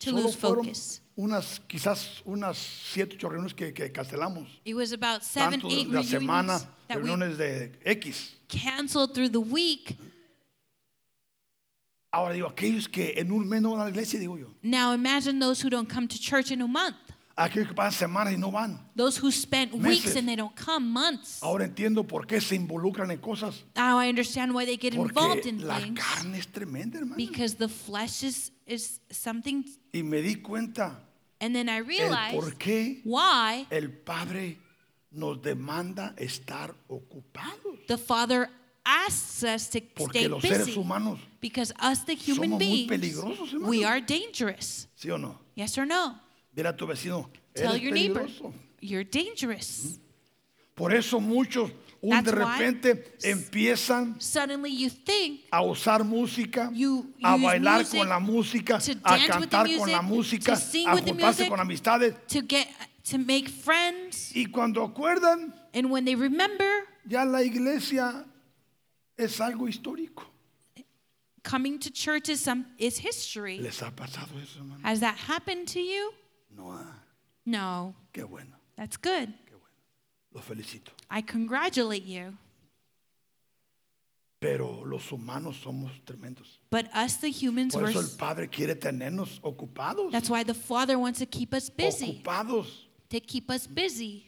to solo lose fueron focus. unas quizás unas siete ocho reuniones que, que cancelamos. It was about seven, tanto eight de la reunions semana, that we reuniones de X. canceled through the week. Ahora digo, aquellos que en un mes no van a la iglesia, digo yo. Now imagine those who don't come to church in a month, Aquellos que pasan semanas y no van. those who spent weeks Meses. and they don't come, months. Ahora entiendo por qué se involucran en cosas. Now I understand why they get involved Porque in la things carne es tremenda, hermano. because the flesh is, is something. Y me di cuenta And then I el realized por qué why el Padre nos demanda estar ocupados. the Father asks us to Porque stay los seres busy. humanos, Because us, the human Somos muy beings, peligrosos, we hermano. are dangerous. ¿sí o no? Yes or no? Mira a tu vecino, Tell eres your neighbor, peligroso. you're dangerous. Por eso muchos un de That's why- repente empiezan Suddenly you think a usar música, You a use bailar music, con la música, to a dance with the cantar con la music, música, to sing a with the juntarse music. con amistades. to get to make friends, Y cuando acuerdan, and when they remember ya la iglesia es algo histórico. coming to church is some is history. ¿Les ha pasado eso, hermano? Has that happened to you? No, ah, No, qué bueno, that's good. qué bueno. Los felicito. I congratulate you. Pero los humanos somos tremendos. But us, the humans, Por were. eso el s- Padre quiere tenernos ocupados. That's why the Father wants to keep us busy. Ocupados. To keep us busy.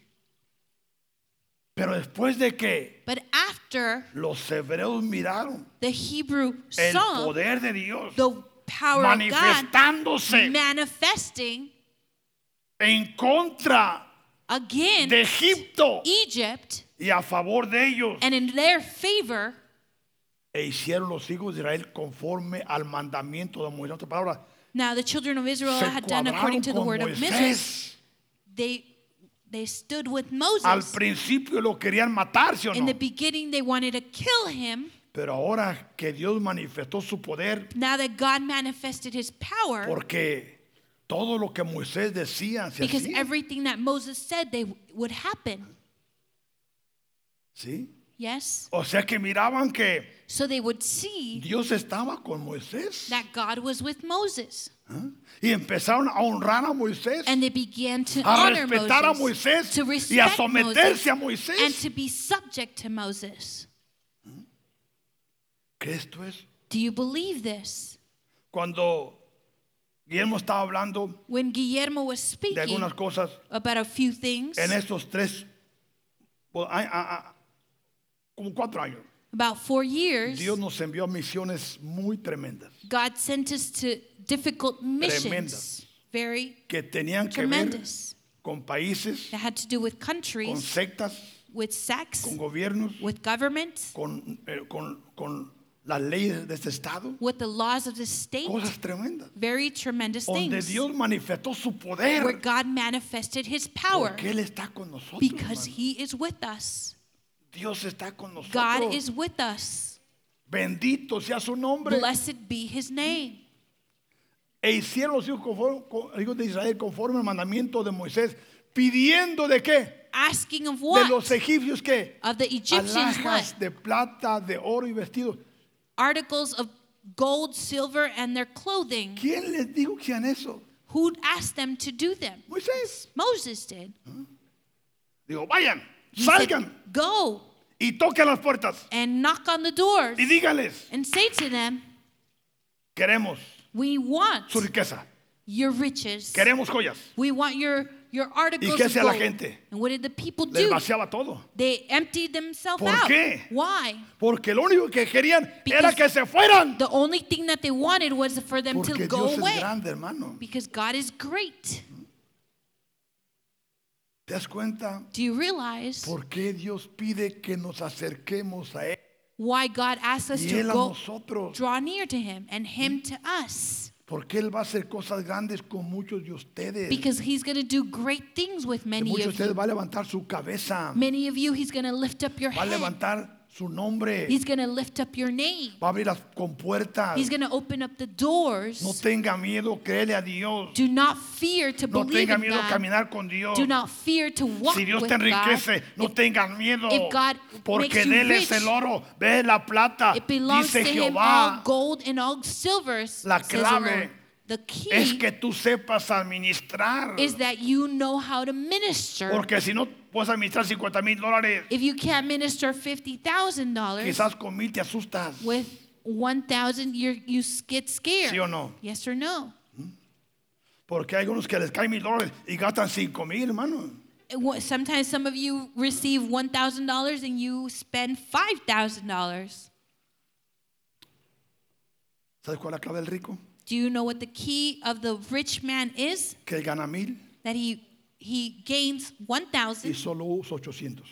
Pero después de que But after los hebreos miraron the Hebrew el saw poder de Dios the power of God manifestándose manifesting en contra again de Egipto Egypt y a favor de ellos. and in their favor E hicieron los hijos de Israel conforme al mandamiento de Moisés. En otras palabras, now the children of Israel se had done according cuadraron to the con word of Moses Moisés. they they stood with Al Moses principio lo querían matar, ¿sí o no? in the beginning they wanted to kill him Pero ahora que Dios manifestó su poder, now that God manifested his power porque todo lo que Moisés decía se because hacía. everything that Moses said they w- would happen ¿sí? yes O sea que miraban que so they would see Dios estaba con Moisés. that God was with Moses ¿eh? Y empezaron a honrar a Moisés. and they began to a honor respetar a Moses, Moisés to y a respect someterse a and Moisés. to be subject to Moses. Que esto es Do you believe this? cuando Guillermo estaba hablando When Guillermo was de speaking algunas cosas about a few things, en estos tres, bueno, a- a- a- como cuatro años, about four years, Dios nos envió a misiones muy tremendas God sent us to difficult missions, Tremendas. very que tenían que ver tremendous, con países, that had to do with con countries, sectas, with sects, con gobiernos, with governments, con, eh, con- con las leyes de este estado, with the laws of the state, cosas tremendas, very tremendous donde things, Dios manifestó su where poder, God manifested his power porque Él está con nosotros. because hermano. he is with us. Dios está con nosotros. God is with us. Bendito sea su nombre. Blessed be his name. E hicieron los hijos, conforme- co- hijos de Israel conforme al mandamiento de Moisés, pidiendo de qué? asking of De what? los egipcios qué? of the Egyptians what? Alhajas de plata, de oro y vestidos. Articles of gold, silver, and their clothing. ¿Quién les dijo que eran eso? Who asked them to do them? Moisés. Moses did. Digo, vayan, He said, salgan Go y toquen las puertas and knock on the doors y díganles, and say to them, queremos we want su riqueza, your riches. queremos joyas. We want your, your articles qué of hacía la gold." gente? And what did the people Les do? vaciaba todo. They emptied themselves ¿Por out. qué? Why? Porque lo único que querían era Because- que se fueran. The only thing that they wanted was for them Porque to go Dios es away. grande, hermano. Because God is great. ¿Te das cuenta Do you realize por qué Dios pide que nos acerquemos a Él why God asks us y to Él a go nosotros? draw near to Him and Him to us? Porque Él va a hacer cosas grandes con muchos de ustedes. De Because He's going to do great things with many Eh, muchos de of you. ustedes va a levantar su cabeza, Many of you, He's going to lift up your va a head. levantar su nombre, He's going to lift up your name. va a abrir las compuertas. He's going to open up the No doors. tenga miedo, créele a Dios. Do not fear to No believe tenga in miedo a God. caminar con Dios. Do not fear to walk Si Dios with te enriquece, God. no tengas miedo. if God Porque makes you de él es rich, el oro, de él la plata. It belongs Dice to Him oh all Jehová, gold and all silver. La says the clave Lord. The key es que tú sepas administrar. is that you know how to minister. Porque si no puedes administrar 50 mil dólares, If you can't minister fifty thousand dollars quizás con mil te asustas. with one thousand, you you get scared. ¿Sí o no? Yes or no? Porque hay algunos que les caen mil dólares y gastan cinco mil, hermano. It wa- Sometimes some of you receive one thousand dollars and you spend five thousand dollars. ¿Sabes cuál es la clave del rico? Do you know what the key of the rich man is? Que él gana mil That he he gains one y thousand solo usa 800.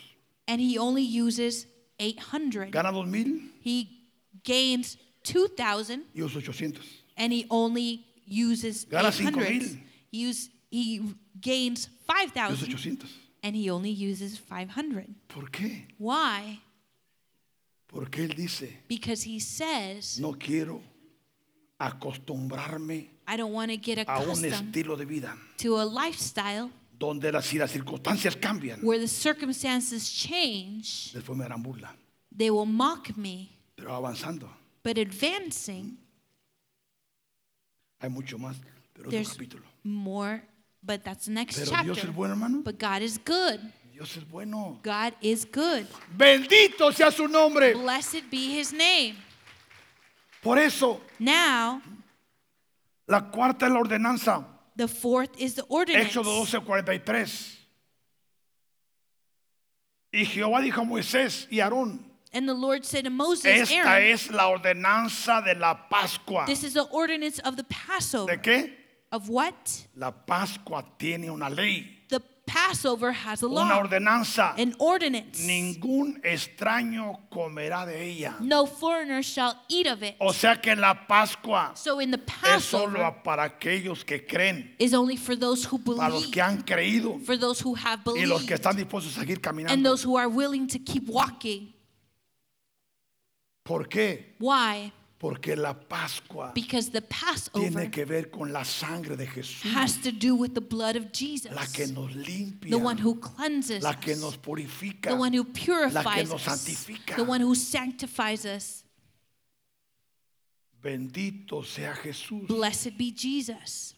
and he only uses eight hundred. Gana dos mil He gains two thousand y usa 800. and he only uses Gana 800. 5,000. He, use, he gains Y usa 5,000 800. and he only uses 500. ¿Por qué? Why? Porque él dice, Because he says, no quiero acostumbrarme I don't want to get a un accustomed estilo de vida to a lifestyle donde las, si las circunstancias cambian, where the circumstances change, después me harán burla. they will mock me. Pero va avanzando, But advancing, hay mucho más, pero es un there's capítulo. more, but that's the next Pero Dios chapter. es bueno, hermano. But God is good. Dios es bueno. God is good. Bendito sea su nombre. Blessed be his name. Por eso, Now, la cuarta es la ordenanza. The fourth is the ordinance. Éxodo 12, 43. Y Jehová dijo a Moisés y Aarón, And the Lord said to Moses, esta Aaron, es la ordenanza de la Pascua. this is the ordinance of the Passover. ¿De qué? Of what? La Pascua tiene una ley, The Passover has a una law, ordenanza. an ordinance. Ningún extraño comerá de ella. No foreigner shall eat of it. O sea que la Pascua So in the es solo Passover para aquellos que creen, is only for those who para los believe, que han creído for those who have y los que believed, están dispuestos a seguir and caminando. those who are willing to keep walking. ¿Por qué? Why? Porque la Pascua Because the tiene Passover que ver con la sangre de Jesús, has to do with the blood of la Jesus, que nos limpia, the one who cleanses la que us. nos purifica. the one who purifies nos us, santifica. the one who sanctifies us. Bendito sea Jesús. Blessed be Jesus.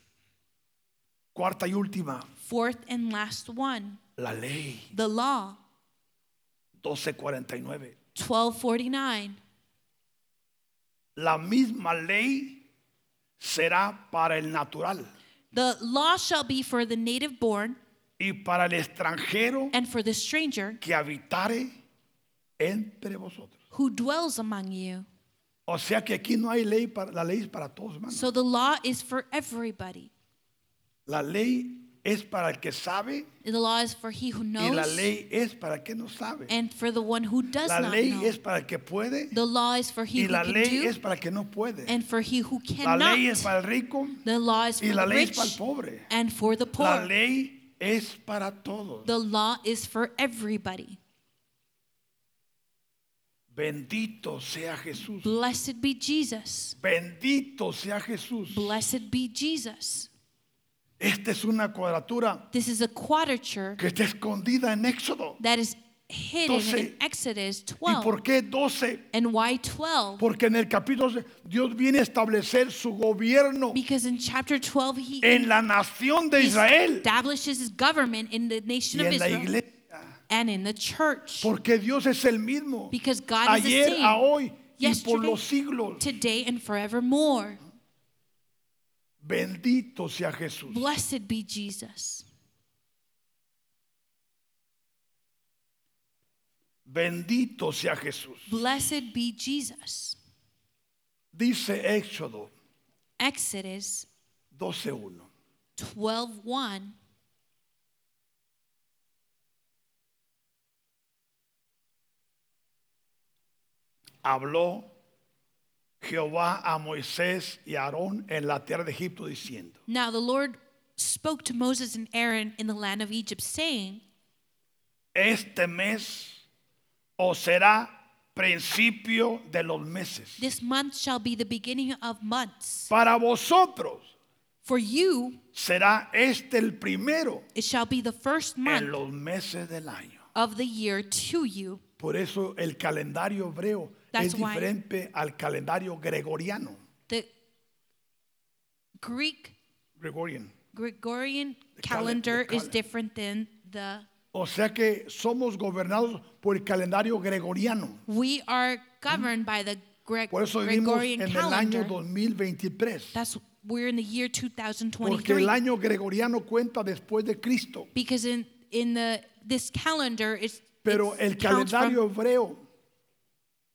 Cuarta y última, Fourth and last one, la ley the law, 1249. 1249. La misma ley será para el natural The law shall be for the native born y para el extranjero and for the stranger que habitare entre vosotros. who dwells among you. O sea que aquí no hay ley para la ley es para todos, hermano. So the law is for everybody. La ley es para el que sabe The law is for he who y la knows ley es para el que no sabe. and for the one who does La not ley know. es para el que puede The law is for he y who la can ley do es para el que no puede. and for he who La cannot. ley es para el rico the law is y for la the ley es para el rich pobre. and for the poor. La ley es para todos. The law is for everybody. Bendito sea Jesús. Blessed be Jesus. Bendito sea Jesús. Blessed be Jesus. Esta es una cuadratura This is a quadrature que está escondida en Éxodo. that is hidden in Doce. Exodus ¿Y por 12. qué 12? And why 12? Porque en el capítulo 12 Dios viene a establecer su gobierno Because in chapter 12, he en la nación de Israel establishes his government in the nation y of en la Israel iglesia. and in the church. Porque Dios es el mismo Because God is the ayer, a same hoy y por yesterday, los siglos. today, and forevermore. Bendito sea Jesús. Blessed be Jesus. Bendito sea Jesús. Blessed be Jesus. Dice Éxodo Exodus 12:1. 12:1. Habló Jehová a Moisés y a Aarón en la tierra de Egipto diciendo: Now the Lord spoke to Moses and Aaron in the land of Egypt, saying, Este mes os será principio de los meses. This month shall be the beginning of months. Para vosotros For you, será este el primero it shall be the first en month los meses del año. of the year to you. Por eso el calendario hebreo That's es why- diferente al calendario gregoriano. The Greek Gregorian. Gregorian The calen- calendar the is calen- different than the O sea que somos gobernados por el calendario gregoriano. we are governed by the Greg, Por eso vivimos en Gregorian el año calendar. 2023. That's we're in the year Porque el 2023 año gregoriano cuenta después de Cristo. because in in the this calendar it's Pero el it counts from calendario hebreo no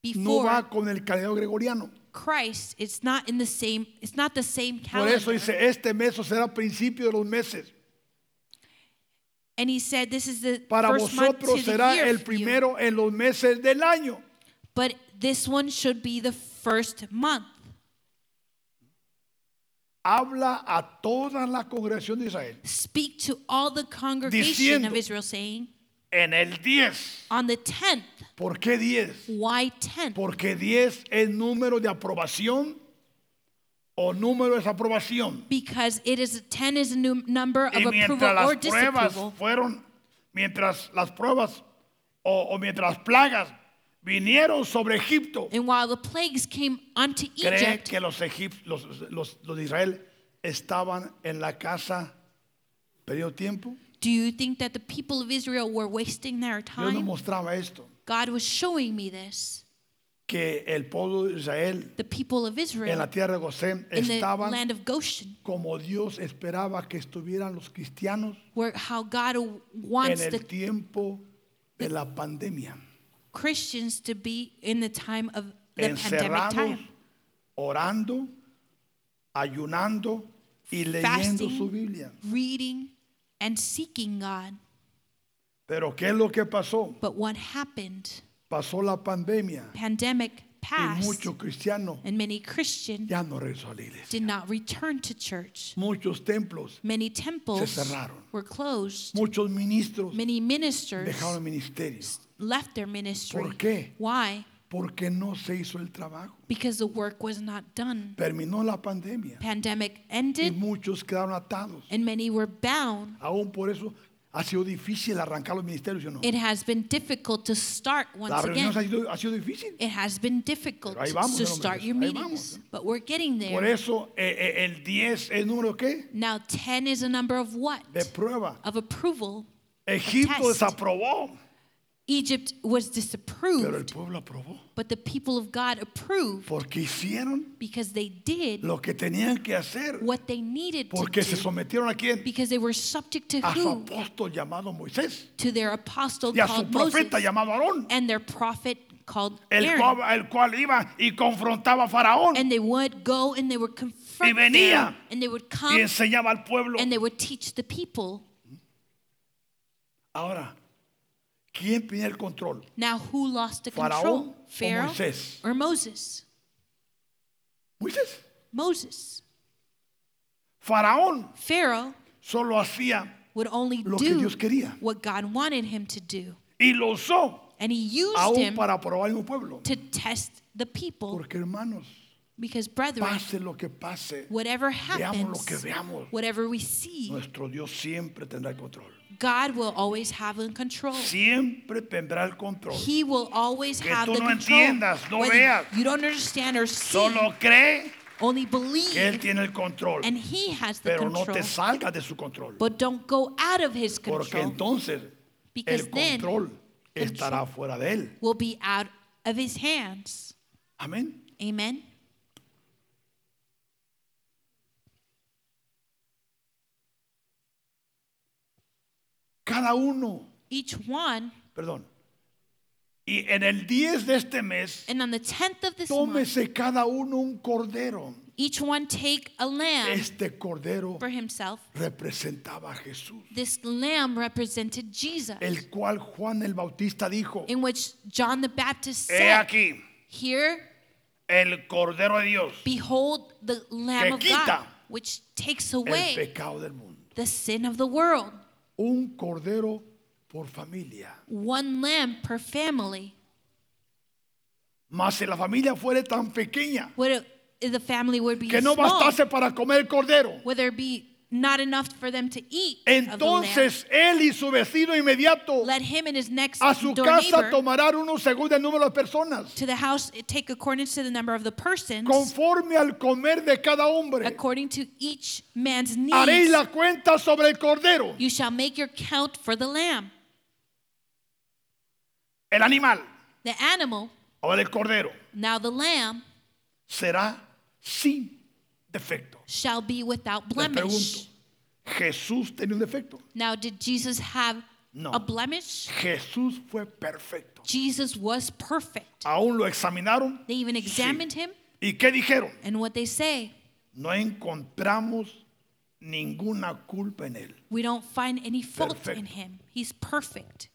before va con el calendario gregoriano. Christ. It's not in the same. It's not the same Por calendar. eso dice, este mes o será principio de los meses. and he said, "This is the Para first month vosotros to the será year el for you, primero en los meses del año. but this one should be the first month." Habla a toda la congregación de Israel. Speak to all the congregation of Diciendo- Israel, saying, En el 10. "On the tenth, ¿Por qué 10? why tenth? Porque 10 es número de aprobación o número de desaprobación. Because it is ten is a num- number of Y approval mientras or las pruebas disapproval." fueron, mientras las pruebas o, o mientras las plagas vinieron sobre Egipto, And while the plagues came unto cree Egypt, que los, egip- los, los- los de Israel estaban en la casa perdido tiempo. do you think that the people of Israel were wasting their Dios nos time? mostraba esto, God was showing me this. que el pueblo de Israel The people of en Israel la tierra de Gosén in the estaban land of Goshen, como Dios esperaba que estuvieran los cristianos where how God wants en the el tiempo de la pandemia, Christians to be in the time of the pandemic encerrados, time, orando, ayunando y leyendo Fasting. su Biblia. reading and seeking God. Pero ¿qué es lo que pasó? But what happened? Pasó la pandemia Pandemic y passed, muchos cristianos and many Christians ya no regresó a la iglesia. did not return to church. Muchos templos, Many temples cerraron. were closed. muchos ministros Many ministers dejaron el ministerio left their ministry. ¿Por qué? Why? porque no se hizo el trabajo. Because the work was not done. Terminó la pandemia Pandemic y ended muchos quedaron atados. and many were bound. Aún por eso ha sido difícil arrancar los ministerios, ¿sí o no? It has been difficult to start La once reunión ha again. sido, ha sido difícil. It has been difficult Pero ahí vamos, to hermano, start your ahí meetings, vamos. but we're getting Por there. eso eh, eh, el 10 es número qué? Now 10 is a number of what? De prueba. Of approval. Egipto Test. desaprobó, Egypt was pero el disapproved, pueblo aprobó but the people of God approved porque hicieron because they did lo que tenían que hacer, what they needed to porque se do sometieron a quién? because they were subject to A su who? apóstol llamado Moisés To their apostle y a su called Moses profeta llamado Aarón, and their prophet called el Aaron. cual, el cual iba y confrontaba a Faraón And they would go and they would Y confront venía. them, and they would y come enseñaba al pueblo. and they would teach the people. Ahora, ¿quién tenía el control? Now, who lost the Faraón control? o Pharaoh Moisés? or Moses? Moisés. Moses. Faraón Pharaoh solo hacía would only lo que do Dios quería what God wanted him to do, y lo usó and he used aún him para probar a un pueblo. to test the people Porque hermanos, Because, brethren, Pase lo que pase, whatever veamos lo happens, que veamos, whatever we see, nuestro Dios siempre tendrá el control. God will always have in control. Siempre tendrá el control. He will always Que have tú the no control. entiendas, no Whether veas. you don't understand or see, Solo cree only que Él believe, tiene el control, and He has the pero no control. te salgas de su control. But don't go out of His Porque control. entonces Because el then, control estará fuera de Él. Will be out of His hands. Amén. Amen. Cada uno, Each one, perdón. Y en el 10 de este mes, and on the tenth of this month, tómese cada uno un cordero. each one take a lamb Este cordero for himself. representaba a Jesús, This lamb represented Jesus, el cual Juan el Bautista dijo, in which John the Baptist he said, aquí "Here, el cordero de Dios, behold, the Lamb Que of God, quita which takes el away pecado del mundo. the sin of the world." Un cordero por familia. One lamb per family. Mas si la familia fuere tan pequeña What if- if the family would be que no small, bastase para comer el cordero, whether it be not enough for them to eat of the lamb, entonces él y su vecino inmediato let him and his next a su door casa neighbor tomarán uno según el número de personas, to the house eh, take according to the number of the persons, conforme al comer de cada hombre. according to each man's needs. Haréis la cuenta sobre el cordero, You shall make your count for the lamb, el animal. the animal, Ahora el cordero now the lamb, será sin defecto. shall be without Les pregunto, blemish. ¿Jesús tenía un defecto? Now, did Jesus have No. a blemish? Jesús fue perfecto. Jesus was perfect. Aún lo examinaron. They even examined him, ¿Y qué dijeron? and what they say, No encontramos ninguna culpa en él. we don't find any fault Perfecto. in him. He's perfect.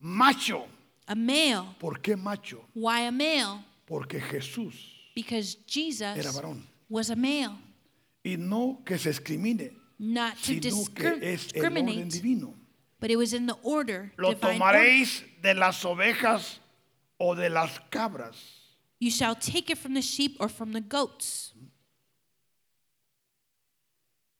Macho. A male. ¿Por qué macho? Why a male? Porque Jesús Because era Jesus varón. was a male, Y no que se discrimine, not to sino que discri- es el orden discriminate, divino. but it was in the order. Lo divine order. tomaréis de las ovejas o de las cabras. You shall take it from the sheep or from the goats,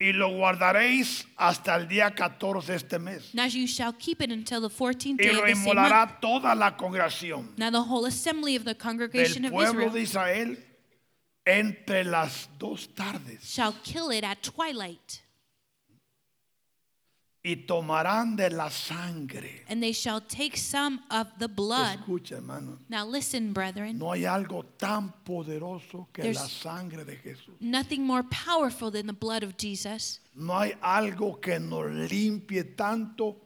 Y lo guardaréis hasta el día 14 de este mes. Now you shall keep it until the fourteenth Y day of lo the same month. inmolará toda la congregación. Now the whole assembly of the congregation del of pueblo de Israel Israel entre las dos tardes shall kill it at twilight, y tomarán de la sangre. and they shall take some of the blood. Escucha, hermano, Now listen, brethren, no hay algo tan poderoso que la There's- sangre de Jesús. nothing more powerful than the blood of Jesus. No hay algo que nos limpie tanto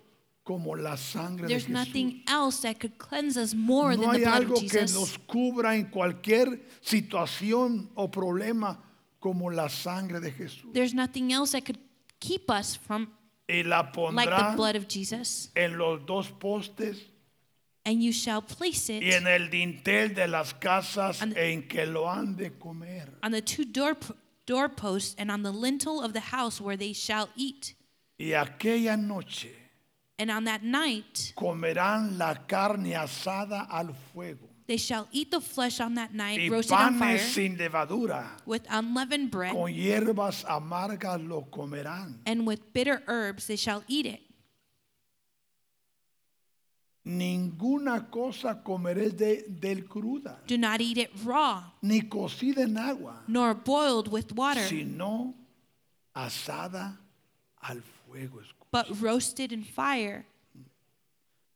como la sangre There's de Jesús. nothing else that could cleanse us more No than hay the blood algo of que Jesus. nos cubra en cualquier situación o problema como la sangre de Jesús. There's nothing else that could keep us from Y la like the pondrá blood of Jesus. en los dos postes And you shall place y it en el dintel de las casas And- en que lo han de comer. on the two door doorposts and on the lintel of the house where they shall eat. Y aquella noche And on that night comerán la carne asada al fuego they shall eat the flesh on that y night, roasted on fire, panes sin levadura with unleavened bread, con hierbas amargas lo comerán. and with bitter herbs they shall eat it. Ninguna cosa comeréis de, del cruda, Do not eat it raw, ni cocida en agua, nor boiled with water, sino asada al fuego. Escu- but roasted in fire,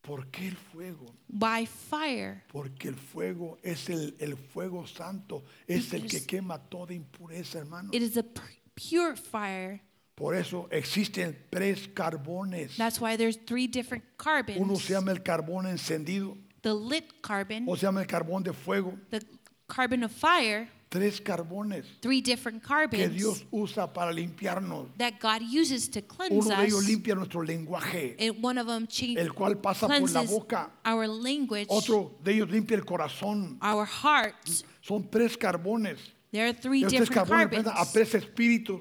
¿Por qué el fuego? by fire. Porque el fuego es el, el fuego santo, es el que Because- quema toda impureza, hermano. It is a pur- pure fire. Por eso existen tres carbones. That's why there's three different carbons. Uno se llama el carbón encendido, the lit carbon, o se llama el carbón de fuego. the carbon of fire, Tres carbones three different que carbons Dios usa para limpiarnos. that God uses to cleanse Uno de ellos us. limpia nuestro lenguaje, And one of them cha- el cual pasa por la cleanses boca. our language, Otro de ellos limpia el corazón. our hearts. Son tres carbones. Este There are three Los tres different carbones carbons. representan a tres espíritus.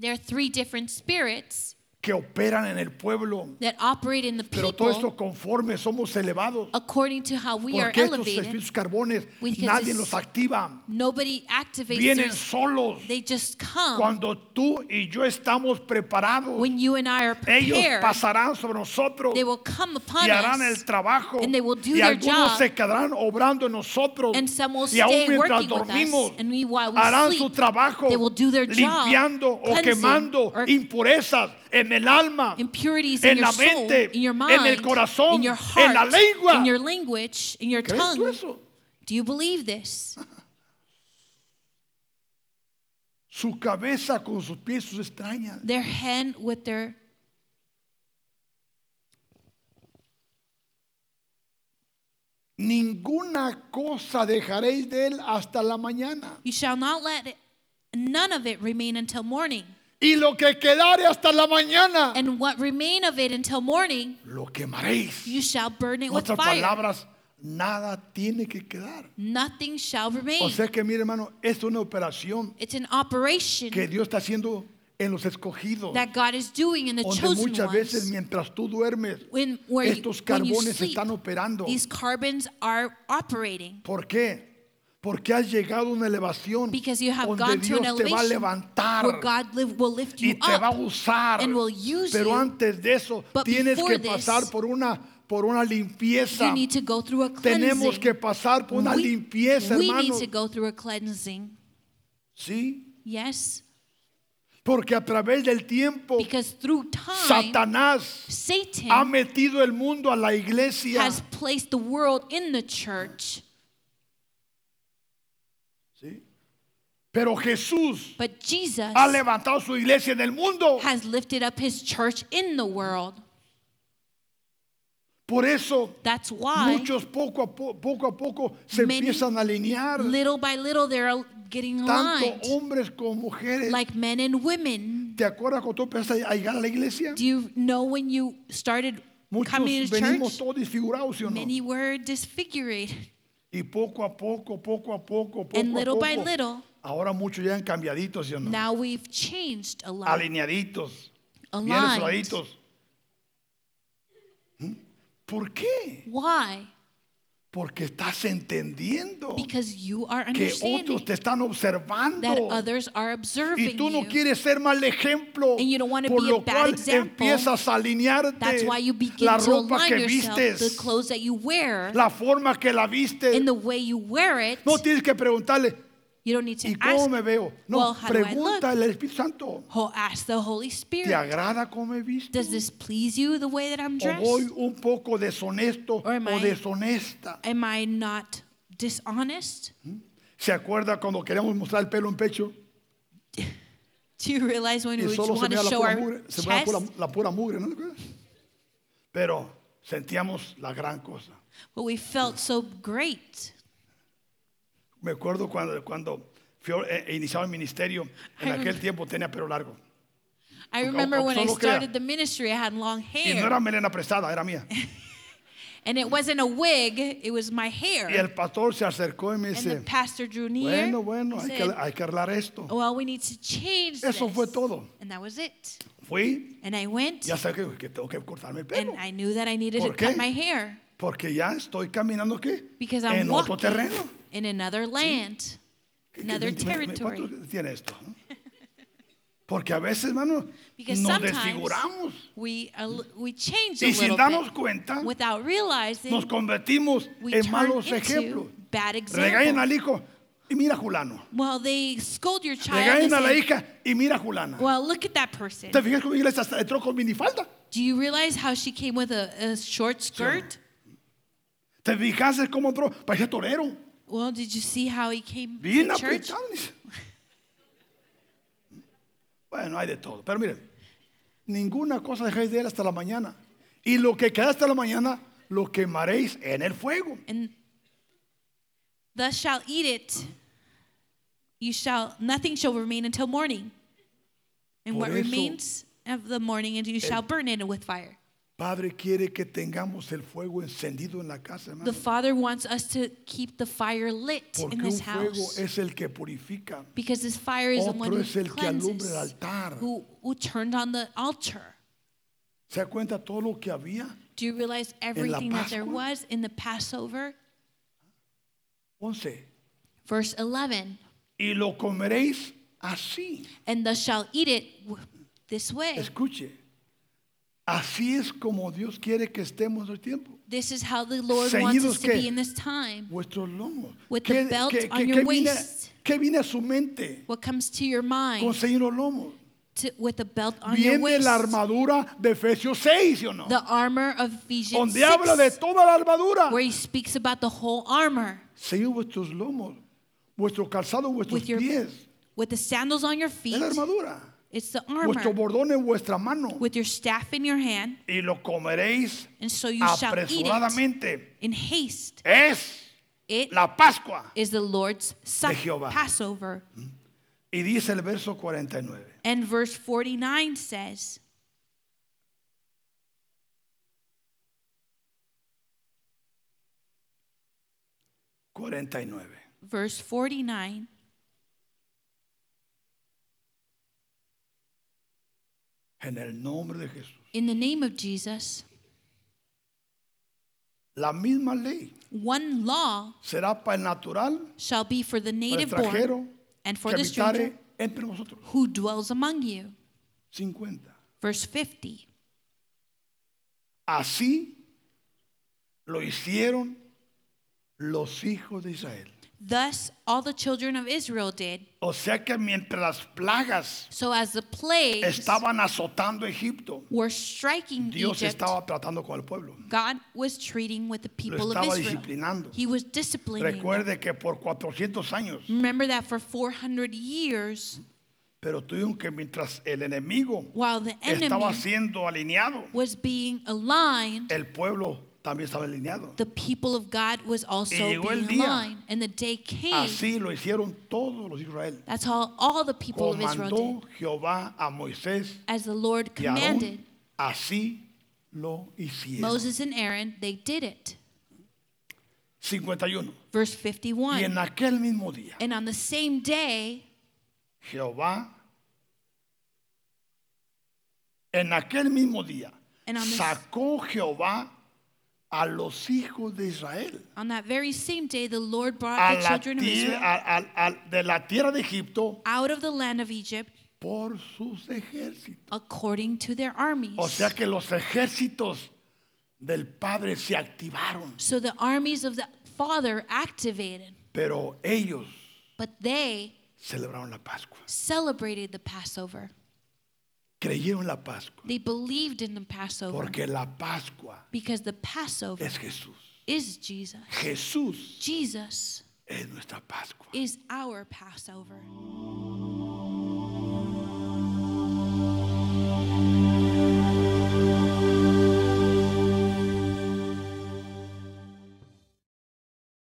There are three different spirits. que operan en el pueblo, that operate in the pero todo esto people conforme somos elevados. according to how we are Porque estos elevated. espíritus carbones we can nadie just- los activa. Nobody activates Vienen their, solos. They just come Cuando tú y yo estamos preparados, when you and I are ellos prepared. pasarán sobre nosotros They will come upon y harán us el trabajo. and they will do Y their algunos job, se quedarán obrando en nosotros. and some will Y aún stay mientras working with us dormimos, and we, while harán we su sleep, trabajo they will do their job, limpiando o cleansing quemando or impurezas en el alma, impurities en in your la soul, mente, in your en mind, el corazón, in your en heart, la lengua. in your language, in your ¿Crees tú tongue. eso? Do you believe this? Su cabeza con sus pies sus extrañas. Their hand with their Ninguna cosa dejaréis de él hasta la mañana. you shall not let it, none of it remain until morning. Y lo que quedare hasta la mañana, And what remain of it until morning, lo quemaréis. you shall burn it En with otras fire. palabras, nada tiene que quedar. Nothing shall remain. O sea que, mire, hermano, es una operación it's an operation que Dios está haciendo en los escogidos. that God is doing in the Donde chosen muchas veces ones. mientras tú duermes, When, where you- estos when you carbones sleep, están operando. these carbons are operating. ¿Por qué? Porque has llegado a una elevación Because you have donde gone to an Dios te va a elevation where levantar God live, will lift y you te va a up. usar. and will use Pero you. antes de eso But tienes que before this, pasar por una por una You limpieza. need to go through a Tenemos cleansing. que pasar por una we, limpieza, we hermano. need to go through a cleansing. Sí, Yes, porque a través del tiempo because through time, Satanás Satan ha metido el mundo a la iglesia. has placed the world in the church. Sí. Pero Jesús But Jesus ha levantado su iglesia en el mundo. has lifted up his church in the world. Por eso That's why, muchos poco a po- poco, a poco se Many empiezan a alinear, little by little, they're getting aligned, tanto hombres como mujeres. like men and women. ¿Te acuerdas cuando tú empezaste a llegar a la iglesia? Do you know when you started coming Muchos to venimos church? todos disfigurados, ¿sí o no? Many were disfigured. Y poco a poco, poco a poco, poco And a little poco. by little, Ahora muchos ya han cambiaditos, ¿sí o no? now we've changed a lot. Alineaditos, bien Aligned. asoditos. ¿Por qué? Why? Porque estás entendiendo Because you are que otros understanding te están that observando. others are observing Y tú no you. quieres ser mal ejemplo, And you don't wanna por be a lo bad cual example. empiezas a That's alinearte why you begin la to ropa align que yourself, the vistes, clothes that you wear, la forma que la vistes. and the way you wear it. No tienes que preguntarle, You don't need ¿y to cómo ask. me veo? well, No, how do I pregunta al look? Espíritu Santo, Ho- ask the Holy ¿te Spirit. agrada cómo me visto? Does this please you the way that I'm ¿O voy dressed? un poco deshonesto Or am o I- deshonesta? Am I not dishonest? Hmm? ¿Se acuerda cuando queremos mostrar el pelo en pecho? Do you realize when Y we solo se want to veía la show pura our mugre, se veía la chest, pura, la pura mugre, ¿no? ¿Te acuerdas? Pero sentíamos la gran cosa. but we felt so great? Me acuerdo cuando, cuando fui a- e- e iniciaba el ministerio, en I aquel remember- tiempo tenía pelo largo. I Aunque- remember when I aunque solo crea. started the ministry, I had long Y no hair. era melena prestada, era mía. And it wasn't a wig, it was my Y hair. el pastor se acercó y me And the dice, pastor drew near. bueno, bueno, and hay que, said, "Oh." hay que arreglar esto. Well, we need to change Eso this. fue todo. And that was it. Fui, And I went, ya sé que, que tengo que cortarme el pelo, and I knew that I needed to ¿Por qué? cut my hair porque ya estoy caminando, ¿qué? Because I'm En otro walking. terreno. in another land, ¿Qué- qué- another me- me- me- ¿Cuánto territory. tiene esto? no? Porque a veces, hermano, Because nos sometimes desfiguramos we, a l- we change a y sin little darnos bit cuenta without nos realizing convertimos we en turn malos ejemplos. into bad Regañan examples. al hijo y mira a Julano. Well, they scold your child. Regañan a and la say, hija y mira a Julana. Well, look at that person. ¿Te fijas cómo iglesia hasta entró con minifalda? Do you realize how she came with a, a short skirt? ¿Te fijaste cómo entró? Parecía torero. Well, did you see how he came Bien to church? apretado. dice. Bueno, hay de todo. Pero miren, ninguna cosa dejáis de él hasta la mañana. Y lo que queda hasta la mañana lo quemaréis en el fuego. And thus shall eat it. You shall nothing shall remain until morning. And Por what eso- remains of the morning and you shall burn it with fire. Padre quiere que tengamos el fuego encendido en la casa, hermano. The Father wants us to keep the fire lit in Porque un this fuego house. es el que purifica. Because this fire is the one Otro es who el que alumbra el cleanses, altar. who, who turned on the altar. ¿Se da cuenta todo lo que había? Do you realize everything that there Pascua? was in the Passover? 11. Verse 11 Y lo comeréis así. And thus shall eat it w- this way. Escuche. Así es como Dios quiere que estemos el tiempo. This is how the Lord wants us Ceñidos, to ¿qué? be in this time. Vuestros lomos. With ¿Qué, the belt qué- on qué- your qué viene, waist. qué viene a su mente? What comes to your mind Conseguir los lomos. to, with the belt on your Viene waist? la armadura de Efesios 6, ¿sí o no? The armor of Ephesians Donde habla de 6, toda la armadura. where he speaks about the whole armor Seguid vuestros lomos, vuestro calzado, vuestros with your pies. with the sandals on your Es feet. la armadura. It's the Vuestro armor bordón en vuestra mano. with your staff in your hand, Y lo comeréis and so you shall eat it apresuradamente. in haste. Es It la Pascua. is the Lord's Sup- Jehová. Passover. Y dice el verso 49. And verse 49 says, cuarenta y nueve verse 49, En el nombre de Jesús. in the name of Jesus, La misma ley one law será para el natural, shall be for the para el native extranjero, born and for que the stranger habitare entre nosotros. who dwells among you. 50. Verse 50. Así lo hicieron los hijos de Israel. Thus all the children of Israel did. O sea que mientras las plagas So as the plagues estaban azotando Egipto, were striking Dios Egypt, estaba tratando con el pueblo. God was treating with the people of estaba Israel. disciplinando. He was disciplining. them. Recuerde que por 400 años, Remember that for 400 years, pero tuvieron que mientras el enemigo while the estaba enemy siendo alineado, was being aligned, el pueblo también estaba alineado. the people of God was also llegó el being día. aligned. And the day came. Así lo hicieron todos los de Israel. That's how all the people of Israel Comandó did. Jehová a Moisés As the Lord y a commanded Aarón. Así lo hicieron. Moses and Aaron, they did it. 51. Verse Y 51. en aquel mismo día, And on the same day, Jehová, en aquel mismo día, And on this- sacó Jehová a los hijos de Israel on that very same day, the Lord a brought the la children of tie- Israel a- a- a- de la tierra de Egipto out of the land of Egypt por sus ejércitos. according to their O armies. sea que los ejércitos del Padre se activaron, So the armies of the Father activated, pero ellos but they celebraron la Pascua, celebrated the Passover. creyeron la Pascua, They believed in the Passover porque la Pascua because the Passover es Jesús. is Jesus. Jesús Jesus es nuestra Pascua. is our Passover.